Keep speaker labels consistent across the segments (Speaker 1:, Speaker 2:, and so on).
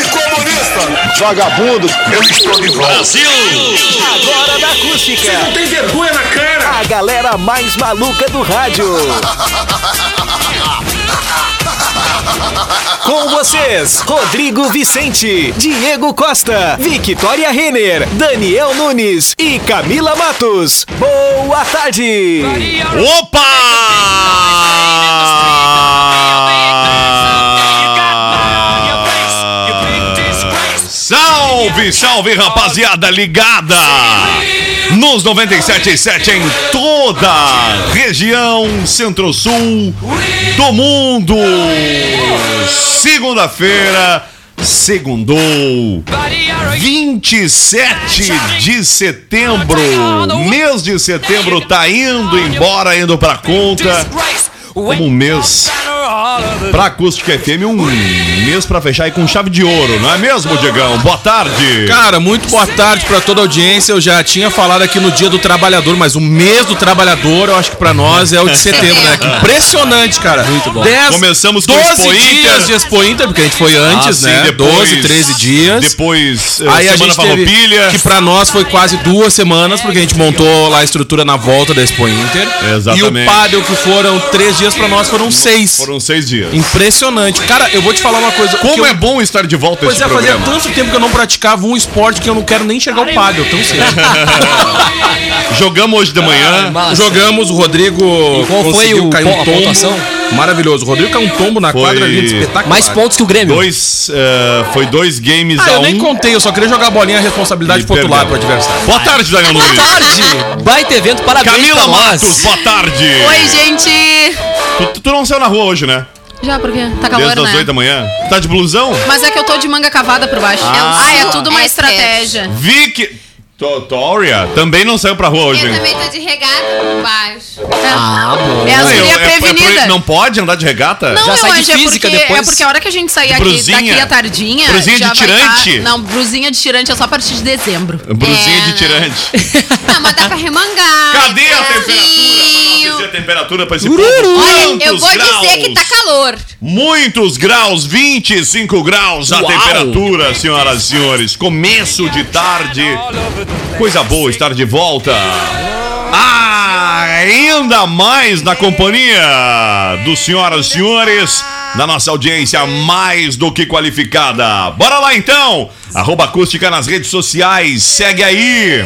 Speaker 1: e comunista.
Speaker 2: Vagabundo, eu estou de volta.
Speaker 3: Agora da acústica. Você não tem vergonha na cara. A galera mais maluca do rádio. Com vocês, Rodrigo Vicente, Diego Costa, Victoria Renner, Daniel Nunes e Camila Matos. Boa tarde.
Speaker 4: Opa! Salve, salve, rapaziada ligada! Nos 97.7 em toda a região centro-sul do mundo. Segunda-feira, segundou. 27 de setembro. Mês de setembro tá indo embora, indo pra conta. Como um mês pra Acústica FM, um mês pra fechar aí com chave de ouro, não é mesmo, Diegão? Boa tarde.
Speaker 5: Cara, muito boa tarde pra toda a audiência. Eu já tinha falado aqui no Dia do Trabalhador, mas o mês do trabalhador, eu acho que pra nós é o de setembro, né? Que impressionante, cara. Muito bom.
Speaker 4: Começamos com o
Speaker 5: 12
Speaker 4: Expo Inter.
Speaker 5: dias de Expo Inter, porque a gente foi
Speaker 4: Ah,
Speaker 5: antes,
Speaker 4: sim,
Speaker 5: né? 12, 13 dias.
Speaker 4: Depois, eh,
Speaker 5: Aí a
Speaker 4: Semana
Speaker 5: gente teve,
Speaker 4: Farroupilha.
Speaker 5: que pra nós foi quase duas semanas, porque a gente montou lá a estrutura na volta da Expo Inter.
Speaker 4: Exatamente.
Speaker 5: E o pádel que foram três dias, pra nós foram seis.
Speaker 4: Foram seis dias.
Speaker 5: Impressionante. Cara, eu vou te falar uma coisa. Então, que
Speaker 4: Como
Speaker 5: eu-
Speaker 4: é bom estar de volta
Speaker 5: Pois
Speaker 4: esse
Speaker 5: é, fazia
Speaker 4: programa.
Speaker 5: tanto tempo que eu não praticava um esporte que eu não quero nem chegar ao pádel tão cedo.
Speaker 4: Jogamos hoje de manhã.
Speaker 5: Jogamos, o Rodrigo
Speaker 6: qual foi
Speaker 5: conseguiu
Speaker 6: o-
Speaker 5: cair um
Speaker 6: a
Speaker 5: tombo.
Speaker 6: pontuação?
Speaker 5: Maravilhoso. O Rodrigo caiu um tombo na
Speaker 4: Foi-
Speaker 5: quadra ali, espetacular.
Speaker 6: Mais pontos que o Grêmio.
Speaker 4: dois, eh, foi dois games
Speaker 5: Ah,
Speaker 4: a
Speaker 5: eu
Speaker 4: um.
Speaker 5: nem contei, eu só queria jogar a bolinha, a responsabilidade
Speaker 4: e
Speaker 5: pro outro lado, pro
Speaker 4: perdemos.
Speaker 5: adversário.
Speaker 4: Boa tarde, Daniel
Speaker 6: Boa
Speaker 4: Nunes.
Speaker 6: tarde! Baita evento, parabéns
Speaker 4: Camila
Speaker 6: pra nós.
Speaker 4: Matos, boa tarde.
Speaker 7: Oi, gente!
Speaker 4: Tu, tu não saiu na rua hoje, né?
Speaker 7: Já, porque tá
Speaker 4: Desde
Speaker 7: calor,
Speaker 4: as oito
Speaker 7: né?
Speaker 4: da manhã. Tá de blusão?
Speaker 7: Mas é que eu tô de manga cavada por baixo.
Speaker 4: Ah.
Speaker 7: Ah, é tudo uma estratégia.
Speaker 4: Vicky. Toria também não saiu pra rua hoje. hein?
Speaker 7: tô de regata por baixo.
Speaker 6: Ah, bom.
Speaker 7: É as
Speaker 4: Ah, eu-
Speaker 7: gurias
Speaker 4: é- é
Speaker 7: prevenidas.
Speaker 4: proibido- não pode andar de regata?
Speaker 7: Não,
Speaker 6: Já
Speaker 7: meu
Speaker 6: sai de
Speaker 7: anjo, é
Speaker 6: física
Speaker 7: porque,
Speaker 6: depois.
Speaker 7: é porque a hora que a gente sair aqui,
Speaker 4: brusinha.
Speaker 7: daqui à tardinha.
Speaker 4: Brusinha
Speaker 7: já
Speaker 4: de
Speaker 7: vai
Speaker 4: tirante. É,
Speaker 7: tá- não, brusinha de tirante é só a partir de dezembro.
Speaker 4: Brusinha de tirante.
Speaker 7: É. Não, mas dá pra remangar.
Speaker 4: Cadê a temperatura? Cadê a temperatura pra esse povo?
Speaker 7: Olha, eu
Speaker 4: Quantos
Speaker 7: vou
Speaker 4: graus?
Speaker 7: dizer que tá calor.
Speaker 4: Muitos graus, 25 graus a
Speaker 6: Uau!
Speaker 4: temperatura, senhoras e senhores. Começo de tarde. Coisa boa estar de volta. Ainda mais na companhia dos senhoras e senhores da nossa audiência mais do que qualificada. Bora lá então. Arroba acústica nas redes sociais. Segue aí.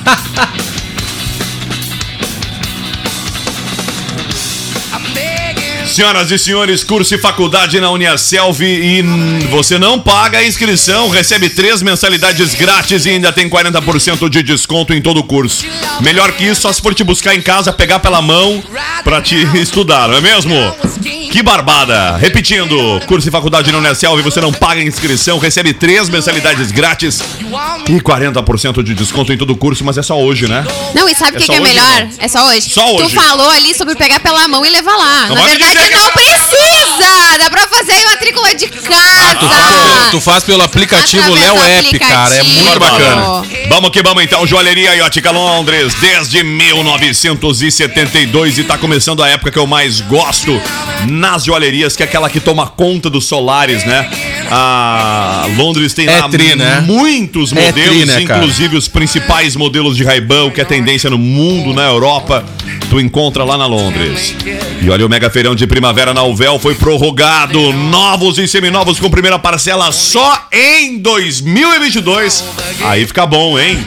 Speaker 4: Senhoras e senhores, curso e faculdade na Uniaselv e hum, você não paga a inscrição, recebe três mensalidades grátis e ainda tem 40% de desconto em todo o curso. Melhor que isso, só se for te buscar em casa, pegar pela mão pra te estudar, não é mesmo? Que barbada! Repetindo, curso e faculdade na Uniaselv, você não paga a inscrição, recebe três mensalidades grátis e 40% de desconto em todo o curso, mas é só hoje, né?
Speaker 7: Não, e sabe o
Speaker 4: É
Speaker 7: que,
Speaker 4: só
Speaker 7: que é
Speaker 4: hoje,
Speaker 7: melhor?
Speaker 4: não.
Speaker 7: É só hoje.
Speaker 4: Só hoje.
Speaker 7: Tu falou ali sobre pegar pela mão e levar lá.
Speaker 4: Não
Speaker 7: Na
Speaker 4: vai me
Speaker 7: verdade,
Speaker 4: dizer que
Speaker 7: não
Speaker 4: é-
Speaker 7: precisa! Dá pra fazer a matrícula
Speaker 4: Ah,
Speaker 7: de
Speaker 4: tá
Speaker 7: casa!
Speaker 5: Tu, faz
Speaker 6: Ah,
Speaker 5: pelo, tu faz pelo aplicativo
Speaker 7: Através
Speaker 5: Léo
Speaker 7: do
Speaker 5: App, cara. É
Speaker 7: aplicativo.
Speaker 5: muito bacana.
Speaker 4: Vamos que vamos então, Joalheria e Ótica Londres, desde 1972 e tá começando a época que eu mais gosto nas joalherias, que é aquela que toma conta dos solares, né? A Londres tem
Speaker 5: É
Speaker 4: lá
Speaker 5: tri, né?
Speaker 4: muitos
Speaker 5: É
Speaker 4: modelos,
Speaker 5: tri, né, cara?
Speaker 4: inclusive os principais modelos de Ray-Ban, que é tendência no mundo, na Europa, tu encontra lá na Londres. E olha, o mega feirão de primavera na Uvel foi prorrogado, novos e seminovos com primeira parcela só em 2022. Aí fica bom, hein?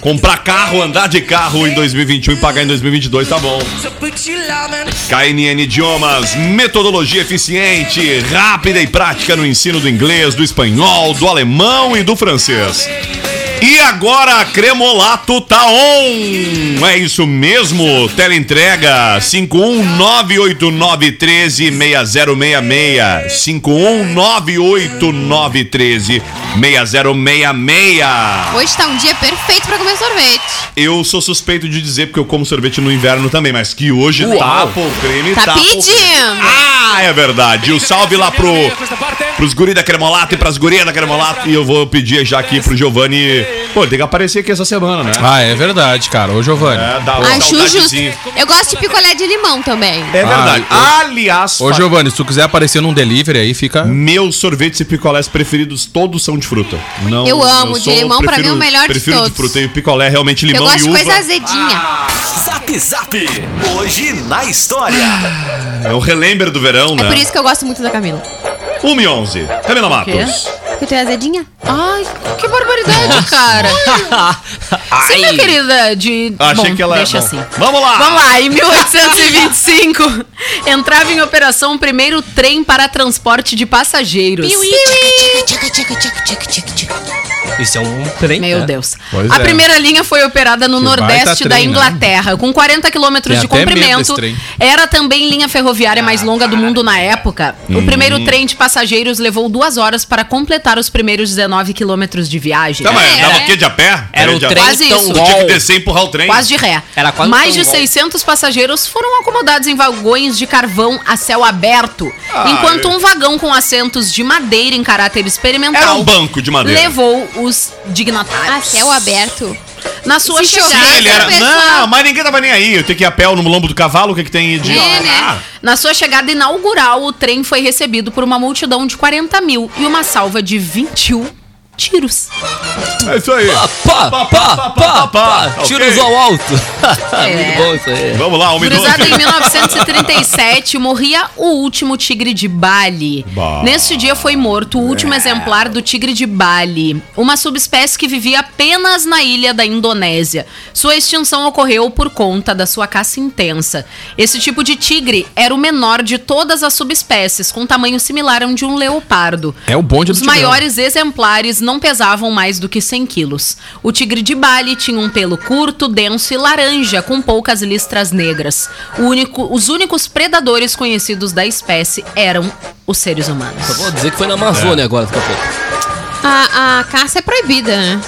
Speaker 4: Comprar carro, andar de carro em 2021 e pagar em 2022, tá bom. KNN Idiomas, metodologia eficiente, rápida e prática no ensino do inglês, do espanhol, do alemão e do francês. E agora, Cremolato tá on! É isso mesmo, teleentrega 51989136066 51989136066
Speaker 7: Hoje tá um dia perfeito pra comer sorvete.
Speaker 4: Eu sou suspeito de dizer, porque eu como sorvete no inverno também, mas que hoje tapa o creme,
Speaker 7: Tá
Speaker 4: tapa o creme.
Speaker 7: pedindo.
Speaker 4: Ah, é verdade. O salve lá pro, pros guri da Cremolato e pras gurias da Cremolato. E eu vou pedir já aqui pro Giovanni. Pô, ele tem que aparecer aqui essa semana, né?
Speaker 5: Ah, é verdade, cara. Ô, Giovanni.
Speaker 4: É, dá uma
Speaker 7: Acho justo.
Speaker 4: saudadezinha.
Speaker 7: Eu gosto de picolé de limão também.
Speaker 4: É verdade.
Speaker 5: Ah,
Speaker 4: Aliás,
Speaker 5: Ô,
Speaker 4: fa-
Speaker 5: Giovanni, se tu quiser aparecer num delivery aí, fica.
Speaker 4: meus sorvetes e picolés preferidos todos são de fruta. Não,
Speaker 7: Eu amo, de
Speaker 4: sou-
Speaker 7: limão pra mim é o melhor de
Speaker 4: prefiro
Speaker 7: todos.
Speaker 4: Prefiro de fruta e picolé é realmente
Speaker 7: Eu
Speaker 4: limão
Speaker 7: gosto
Speaker 4: e
Speaker 7: de
Speaker 4: uva.
Speaker 7: coisa azedinha.
Speaker 8: Zap Zap. Hoje na história.
Speaker 4: É o relembro do verão,
Speaker 7: É
Speaker 4: né?
Speaker 7: por isso que eu gosto muito da Camila.
Speaker 4: 1 e 11. Camila
Speaker 7: Quê?
Speaker 4: Matos.
Speaker 7: Porque tu é azedinha? Ai, que barbaridade, cara. Sim, minha querida, de...
Speaker 4: Achei
Speaker 9: Bom,
Speaker 4: que ela é.
Speaker 9: deixa
Speaker 4: bom.
Speaker 9: assim.
Speaker 4: Vamos lá.
Speaker 9: Vamos lá, em 1825 entrava em operação o primeiro trem para transporte de passageiros.
Speaker 6: Isso é um trem.
Speaker 9: Meu
Speaker 6: né?
Speaker 9: Deus.
Speaker 5: Pois
Speaker 9: a
Speaker 5: é.
Speaker 9: primeira linha foi operada no
Speaker 5: Que
Speaker 9: nordeste
Speaker 5: baita
Speaker 9: da
Speaker 5: trem, né?
Speaker 9: Inglaterra, com 40 quilômetros
Speaker 5: Tem
Speaker 9: de
Speaker 5: até medo desse
Speaker 9: comprimento.
Speaker 5: trem.
Speaker 9: Era também linha ferroviária
Speaker 7: Ah,
Speaker 9: mais longa do mundo na época.
Speaker 5: Uhum.
Speaker 9: O primeiro trem de passageiros levou duas horas para completar os primeiros 19 quilômetros de viagem.
Speaker 4: Tá, mas
Speaker 7: É.
Speaker 4: dava o quê de a pé?
Speaker 6: Era um
Speaker 4: de a-
Speaker 6: trem
Speaker 9: Quase
Speaker 6: tão
Speaker 9: isso.
Speaker 4: Tu tinha que
Speaker 6: bom.
Speaker 4: descer e empurrar o trem.
Speaker 9: Quase de ré.
Speaker 6: Era quase
Speaker 9: Mais
Speaker 4: um
Speaker 6: tão
Speaker 9: de
Speaker 6: bom.
Speaker 9: 600 passageiros foram acomodados em vagões de carvão a céu aberto,
Speaker 4: Ah,
Speaker 9: enquanto
Speaker 4: é.
Speaker 9: um vagão com assentos de madeira em caráter experimental
Speaker 4: Era um banco de madeira.
Speaker 9: levou os dignatários.
Speaker 7: Ah, céu aberto.
Speaker 9: Na sua
Speaker 7: Se
Speaker 9: chegada,
Speaker 7: chover,
Speaker 4: Ele era-
Speaker 7: Essa pessoa-
Speaker 4: Não, mas ninguém tava nem aí. Eu tenho que ir a pé no lombo do cavalo, o que, que tem de.
Speaker 7: É, né?
Speaker 4: Ah,
Speaker 9: na sua chegada inaugural, o trem foi recebido por uma multidão de 40 mil e uma salva de 21 tiros.
Speaker 4: é isso aí.
Speaker 6: Pá, pá, pá, pá, pá.
Speaker 4: Ok.
Speaker 6: Tiros ao alto.
Speaker 9: É.
Speaker 6: Muito bom isso aí.
Speaker 4: Vamos lá, um minuto.
Speaker 9: Cruzado em 1937, morria o último tigre de Bali.
Speaker 4: Bah.
Speaker 9: Neste dia foi morto o último exemplar do tigre de Bali, uma subespécie que vivia apenas na ilha da Indonésia. Sua extinção ocorreu por conta da sua caça intensa. Esse tipo de tigre era o menor de todas as subespécies, com tamanho similar ao de um leopardo.
Speaker 5: É o bonde do
Speaker 9: Os
Speaker 5: Tigrão.
Speaker 9: maiores exemplares não pesavam mais do que 100 quilos. O tigre de Bali tinha um pelo curto, denso e laranja, com poucas listras negras. O único- os únicos predadores conhecidos da espécie eram os seres
Speaker 6: Só
Speaker 9: humanos.
Speaker 6: vou dizer que foi na
Speaker 5: É.
Speaker 6: Amazônia agora, daqui a pouco.
Speaker 7: A, a caça é proibida, né?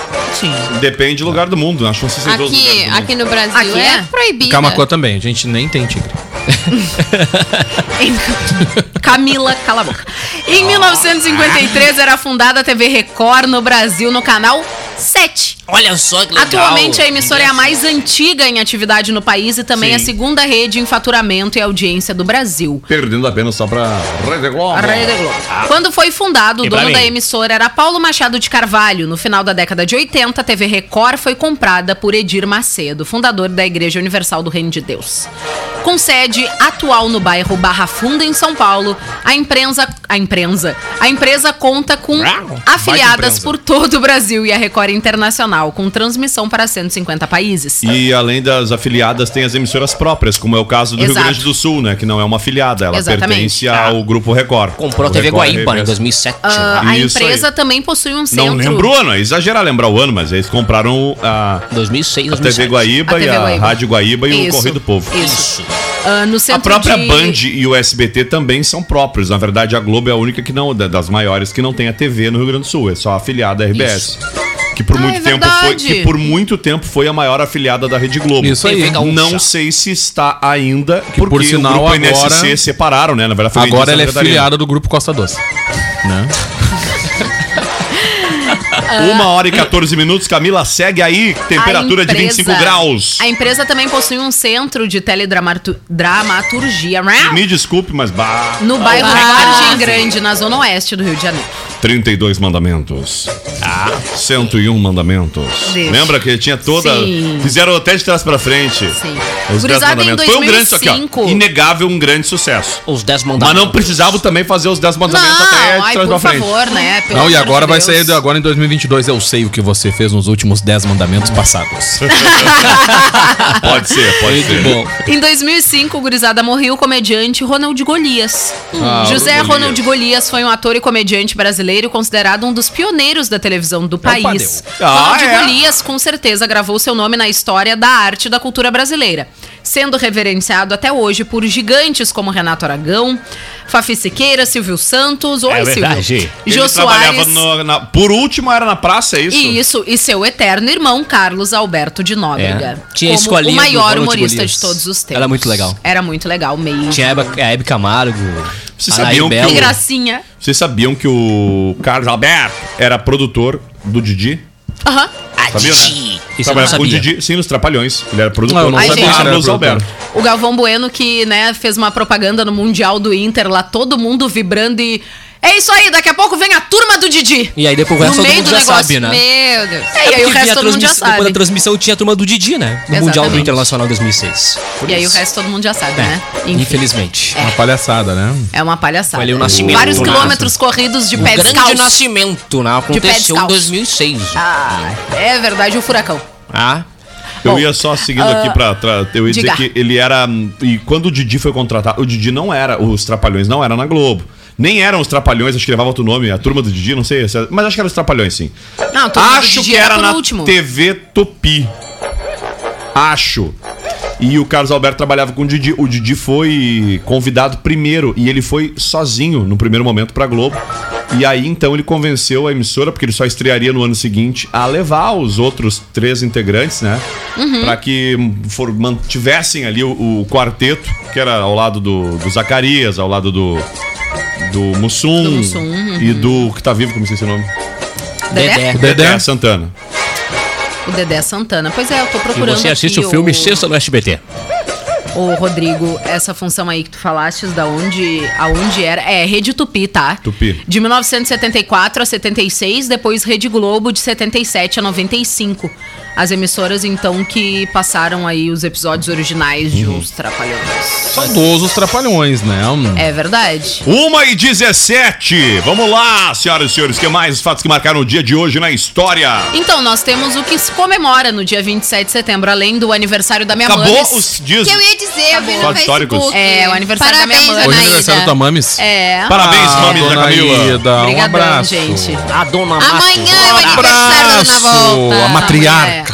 Speaker 4: Depende do lugar do mundo. Acho que não sei se é todos os
Speaker 7: Aqui,
Speaker 5: né?
Speaker 4: lugares do
Speaker 7: aqui no Brasil
Speaker 9: Aqui
Speaker 7: é,
Speaker 9: é?
Speaker 7: proibida.
Speaker 5: Camacô também, a gente nem tem tigre.
Speaker 9: Camila, cala a boca. Em 1953 era fundada a TV Record no Brasil no canal 7.
Speaker 6: Olha só que legal.
Speaker 9: Atualmente a emissora é a mais antiga em atividade no país e também
Speaker 4: Sim.
Speaker 9: a segunda rede em faturamento e audiência do Brasil.
Speaker 4: mundo. Perdendo apenas só pra Rede Globo.
Speaker 9: A Rede Globo. Quando foi fundado, o
Speaker 6: Ah. E pra
Speaker 9: dono
Speaker 6: mim?
Speaker 9: da emissora era Paulo Machado de Carvalho. No final da década de 80, a TV Record foi comprada por Edir Macedo, fundador da Igreja Universal do Reino de Deus. Com sede atual no bairro Barra Funda, em São Paulo, a imprensa, a imprensa, a empresa conta com afiliadas
Speaker 5: imprensa.
Speaker 9: por todo o Brasil e a Record Internacional, com transmissão para 150 países.
Speaker 4: E além das afiliadas, tem as emissoras próprias, como é o caso do Rio
Speaker 9: Exato.
Speaker 4: Grande do Sul, né? Que não é uma afiliada, ela
Speaker 9: Exatamente. tá.
Speaker 4: pertence ao Grupo Record.
Speaker 6: Comprou a
Speaker 4: O
Speaker 6: TV
Speaker 4: Record
Speaker 6: Guaíba né, em
Speaker 4: é-
Speaker 6: 2007.
Speaker 9: Ah, a
Speaker 4: Isso aí.
Speaker 9: empresa também possui um centro.
Speaker 4: Não lembro o ano, é exagerar lembrar o ano, mas eles compraram a
Speaker 6: 2006,
Speaker 4: a TV
Speaker 6: 2007.
Speaker 4: Guaíba
Speaker 9: A
Speaker 4: e
Speaker 9: TV
Speaker 4: a
Speaker 9: Guaíba.
Speaker 4: Rádio Guaíba e o
Speaker 9: Isso.
Speaker 4: Correio do Povo.
Speaker 9: Isso. Ah, no
Speaker 4: A
Speaker 9: centro
Speaker 4: própria
Speaker 9: de-
Speaker 4: Band e o SBT também são próprios. Na verdade, a Globo é a única que não, da- das maiores que não tem a TV no Rio Grande do Sul, é só a afiliada à RBS. Que por,
Speaker 9: Ah,
Speaker 4: muito
Speaker 9: é
Speaker 4: tempo foi,
Speaker 9: verdade.
Speaker 4: que por muito tempo foi a maior afiliada da Rede Globo.
Speaker 5: Isso aí.
Speaker 6: TV Gaúcha.
Speaker 4: Não sei se está ainda,
Speaker 5: por
Speaker 4: porque
Speaker 5: sinal,
Speaker 4: o grupo
Speaker 5: agora-
Speaker 4: NSC separaram, né? Na verdade, foi
Speaker 5: Agora ela é
Speaker 4: Santa Catarina.
Speaker 5: filiada do grupo Costa Doce.
Speaker 4: Uma hora e 14 minutos, Camila, segue aí. Temperatura
Speaker 9: Ah. A
Speaker 4: de 25
Speaker 9: empresa-
Speaker 4: graus.
Speaker 9: A empresa também possui um centro de teledramaturgia
Speaker 4: Me desculpe, mas bah,
Speaker 9: no bairro
Speaker 7: Ah.
Speaker 9: Vargem Grande, na zona oeste do Rio de Janeiro.
Speaker 4: 32 mandamentos. Ah, 101 mandamentos.
Speaker 9: Deixa.
Speaker 4: Lembra que tinha toda.
Speaker 9: Sim.
Speaker 4: Fizeram até de trás pra frente.
Speaker 9: Sim.
Speaker 4: Os 10
Speaker 9: Gurizada, em
Speaker 4: mandamentos. Foi um grande isso aqui, ó.
Speaker 9: 2005.
Speaker 4: Inegável, um grande sucesso.
Speaker 6: Os 10
Speaker 4: Mas
Speaker 6: mandamentos.
Speaker 4: não precisavam também fazer os 10 mandamentos até
Speaker 9: Não,
Speaker 4: de
Speaker 9: ai,
Speaker 4: trás pra
Speaker 9: por
Speaker 4: frente.
Speaker 9: favor, né? Pelo
Speaker 5: não, e
Speaker 9: amor
Speaker 5: agora
Speaker 9: de
Speaker 5: vai
Speaker 9: Deus.
Speaker 5: sair do- agora em 2022 eu sei o que você fez nos últimos 10 mandamentos passados.
Speaker 4: Pode ser, pode ser.
Speaker 6: Bom,
Speaker 9: Em 2005, o gurizada morreu o comediante Ronald Golias.
Speaker 5: Ah,
Speaker 9: José
Speaker 5: Golias.
Speaker 9: Ronald Golias foi um ator e comediante brasileiro considerado um dos pioneiros da televisão do país.
Speaker 5: padeu. Ah,
Speaker 9: Ronald
Speaker 5: é?
Speaker 9: Golias, com certeza, gravou seu nome na história da arte e da cultura brasileira, sendo reverenciado até hoje por gigantes como Renato Aragão, Fafi Siqueira, Silvio Santos, Oi,
Speaker 10: É
Speaker 9: Silvio,
Speaker 10: verdade.
Speaker 4: Ele
Speaker 9: Jô
Speaker 4: trabalhava
Speaker 9: Soares...
Speaker 4: no- na- por último era na praça, é isso?
Speaker 9: E isso, e seu eterno irmão, Carlos Alberto de Nóbrega.
Speaker 6: É. Tinha a
Speaker 9: como
Speaker 6: escolinha
Speaker 9: o
Speaker 6: do
Speaker 9: maior
Speaker 6: Ronald
Speaker 9: humorista
Speaker 6: Golias.
Speaker 9: de todos os tempos.
Speaker 6: Era muito legal.
Speaker 9: Era muito legal mesmo.
Speaker 6: tinha um- a Hebe- a Hebe Camargo.
Speaker 4: Vocês
Speaker 6: Anaí
Speaker 4: sabiam que
Speaker 6: Belo.
Speaker 9: Que gracinha.
Speaker 4: Vocês sabiam que o Carlos Alberto era produtor do Didi?
Speaker 9: Aham.
Speaker 4: Sabia, né?
Speaker 6: Isso eu não
Speaker 4: Trabalhava com o
Speaker 6: sabia.
Speaker 4: Didi, sim, nos Trapalhões. Ele era produtor.
Speaker 5: Ah, eu não
Speaker 4: do
Speaker 9: sabia que ele era
Speaker 4: Carlos
Speaker 5: produtor.
Speaker 4: Alberto.
Speaker 9: O Galvão Bueno que, né, fez uma propaganda no Mundial do Inter lá, todo mundo vibrando e... É isso aí, daqui a pouco vem a turma do Didi.
Speaker 6: E aí depois o
Speaker 9: no
Speaker 6: resto todo
Speaker 9: meio
Speaker 6: mundo
Speaker 9: do
Speaker 6: já
Speaker 9: negócio.
Speaker 6: sabe, né?
Speaker 9: Meu
Speaker 6: É,
Speaker 9: Deus. e aí o
Speaker 6: porque tinha
Speaker 9: resto todo mundo já
Speaker 6: transmiss- Depois
Speaker 9: sabe.
Speaker 6: da transmissão tinha a turma do Didi, né? No Mundial do
Speaker 9: Exatamente.
Speaker 6: Internacional 2006.
Speaker 9: E aí o resto todo mundo já sabe, né? Enfim,
Speaker 6: É, Infelizmente.
Speaker 5: Uma palhaçada, né?
Speaker 9: É uma palhaçada.
Speaker 6: Olha, o nascimento
Speaker 9: Vários
Speaker 6: do
Speaker 9: quilômetros corridos de
Speaker 6: O
Speaker 9: pé
Speaker 6: grande
Speaker 9: É descalço.
Speaker 6: nascimento, né?
Speaker 9: pé
Speaker 6: Aconteceu
Speaker 9: descalço.
Speaker 6: em 2006.
Speaker 9: Ah, é verdade, o furacão.
Speaker 6: Ah.
Speaker 4: Eu
Speaker 9: Bom,
Speaker 4: ia só seguindo
Speaker 9: ah,
Speaker 4: aqui pra. trás. eu ia
Speaker 9: diga.
Speaker 4: dizer que ele era. hum, E quando o Didi foi contratado, o Didi não era. Os Trapalhões não era na Globo. Nem eram os Trapalhões, acho que levava outro nome, a turma do Didi, não sei. se é- Mas acho que era os Trapalhões, sim.
Speaker 9: Não, todo mundo
Speaker 4: Acho
Speaker 9: Didi
Speaker 4: que era
Speaker 9: por
Speaker 4: na TV Tupi. Acho. E o Carlos Alberto trabalhava com o Didi. O Didi foi convidado primeiro e ele foi sozinho no primeiro momento pra Globo. E aí então ele convenceu a emissora, porque ele só estrearia no ano seguinte, a levar os outros três integrantes, né?
Speaker 9: Uhum.
Speaker 4: Pra que for, mantivessem ali o, o quarteto, que era ao lado do, do Zacarias, ao lado do. Do Mussum,
Speaker 9: Do Mussum, uhum.
Speaker 4: e do que tá vivo, como se esse nome?
Speaker 9: Dedé?
Speaker 6: Dedé.
Speaker 4: Dedé Santana.
Speaker 9: O Dedé Santana. Pois é, eu tô
Speaker 6: E
Speaker 9: procurando.
Speaker 6: você assiste
Speaker 9: aqui
Speaker 6: o filme Sexta no SBT.
Speaker 9: Ô, Rodrigo, essa função aí que tu falaste, da onde, aonde era. É, Rede Tupi, tá?
Speaker 4: Tupi.
Speaker 9: De 1974 a 76, depois Rede Globo de 77 a 95. As emissoras, então, que passaram aí os episódios originais de Os Trapalhões.
Speaker 5: Saudoso os trapalhões, né? Um-
Speaker 9: É verdade.
Speaker 4: Uma e 17. Vamos lá, senhoras e senhores. que mais os fatos que marcaram o dia de hoje na história?
Speaker 9: Então, nós temos o que se comemora no dia 27 de setembro, além do aniversário da minha
Speaker 4: Acabou
Speaker 9: mãe.
Speaker 4: os dias.
Speaker 11: Que eu ia dizer, eu vi no
Speaker 4: Fatos históricos.
Speaker 11: Facebook.
Speaker 9: É, o aniversário da
Speaker 11: Parabéns,
Speaker 9: minha
Speaker 5: Hoje
Speaker 9: mãe.
Speaker 5: é
Speaker 11: Anaída.
Speaker 5: aniversário da Mames.
Speaker 9: É.
Speaker 4: Parabéns, Um
Speaker 5: Ah,
Speaker 4: Mames da
Speaker 5: dona
Speaker 4: Camila.
Speaker 5: Ida, um
Speaker 9: Obrigadão,
Speaker 5: abraço.
Speaker 9: gente.
Speaker 6: A dona
Speaker 11: Amanhã é o
Speaker 4: Um
Speaker 11: aniversário da Ana
Speaker 5: Abraço,
Speaker 11: Volta.
Speaker 5: a matriarca.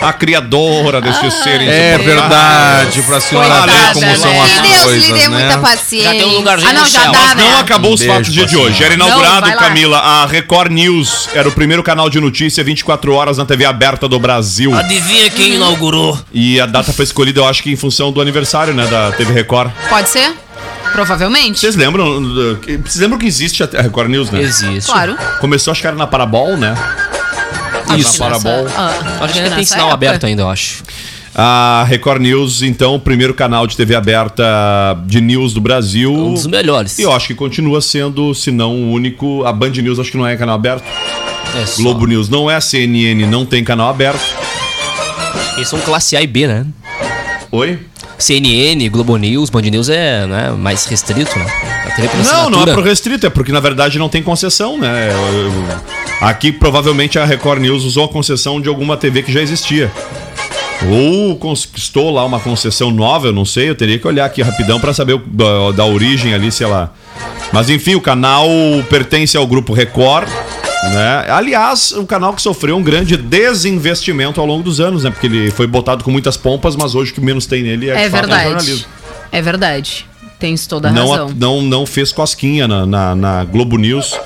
Speaker 4: A criadora deste
Speaker 11: Ah.
Speaker 4: ser
Speaker 5: É
Speaker 4: insuportável.
Speaker 5: verdade, pra senhora ver
Speaker 4: Coitada,
Speaker 5: como são
Speaker 4: né?
Speaker 5: as
Speaker 11: Que Deus
Speaker 5: coisas,
Speaker 11: lhe dê
Speaker 9: é
Speaker 5: né?
Speaker 11: muita paciência.
Speaker 6: Já tem um lugarzinho
Speaker 9: Ah, não,
Speaker 6: no
Speaker 9: já
Speaker 6: céu.
Speaker 9: dá, né?
Speaker 4: Não acabou os
Speaker 5: Um
Speaker 4: fatos
Speaker 5: beijo
Speaker 4: do dia
Speaker 5: pra
Speaker 4: de hoje. Era
Speaker 9: Não,
Speaker 4: inaugurado,
Speaker 9: vai lá.
Speaker 4: Camila, a Record News. Era o primeiro canal de notícia 24 horas na TV aberta do Brasil.
Speaker 6: Adivinha quem inaugurou?
Speaker 4: E a data foi escolhida, eu acho que em função do aniversário, né, da TV Record.
Speaker 9: Pode ser? Provavelmente.
Speaker 4: Vocês lembram? do- que- Vocês lembram que existe a Record News, né?
Speaker 6: Existe.
Speaker 9: Claro.
Speaker 4: Começou, acho que era na Parabol, né?
Speaker 6: Isso.
Speaker 4: Na Parabol.
Speaker 9: Ah,
Speaker 6: Acho que ainda
Speaker 9: nessa
Speaker 6: tem sinal
Speaker 9: época.
Speaker 6: aberto ainda, eu acho.
Speaker 4: A Record News, então, o primeiro canal de TV aberta de news do Brasil.
Speaker 6: Um dos melhores.
Speaker 4: E eu acho que continua sendo, se não o único. A Band News acho que não é canal aberto.
Speaker 6: É só.
Speaker 4: Globo News não é. A CNN não tem canal aberto.
Speaker 6: Eles são classe A e B, né?
Speaker 4: Oi?
Speaker 6: CNN, Globo News, Band News é né, mais restrito, né? A TV por
Speaker 4: Não, não é
Speaker 6: assinatura.
Speaker 4: pro restrito, é porque na verdade não tem concessão, né? Eu- eu- Aqui provavelmente a Record News usou a concessão de alguma TV que já existia. Ou conquistou lá uma concessão nova, eu não sei, eu teria que olhar aqui rapidão pra saber o- da, da origem ali, sei lá. Mas enfim, o canal pertence ao grupo Record, né? Aliás, o canal que sofreu um grande desinvestimento ao longo dos anos, né? Porque ele foi botado com muitas pompas, mas hoje o que menos tem nele é, de
Speaker 9: É
Speaker 4: fato,
Speaker 9: verdade. É verdade. Tens toda a
Speaker 4: não,
Speaker 9: razão.
Speaker 4: não, não fez cosquinha na, na, na Globo News.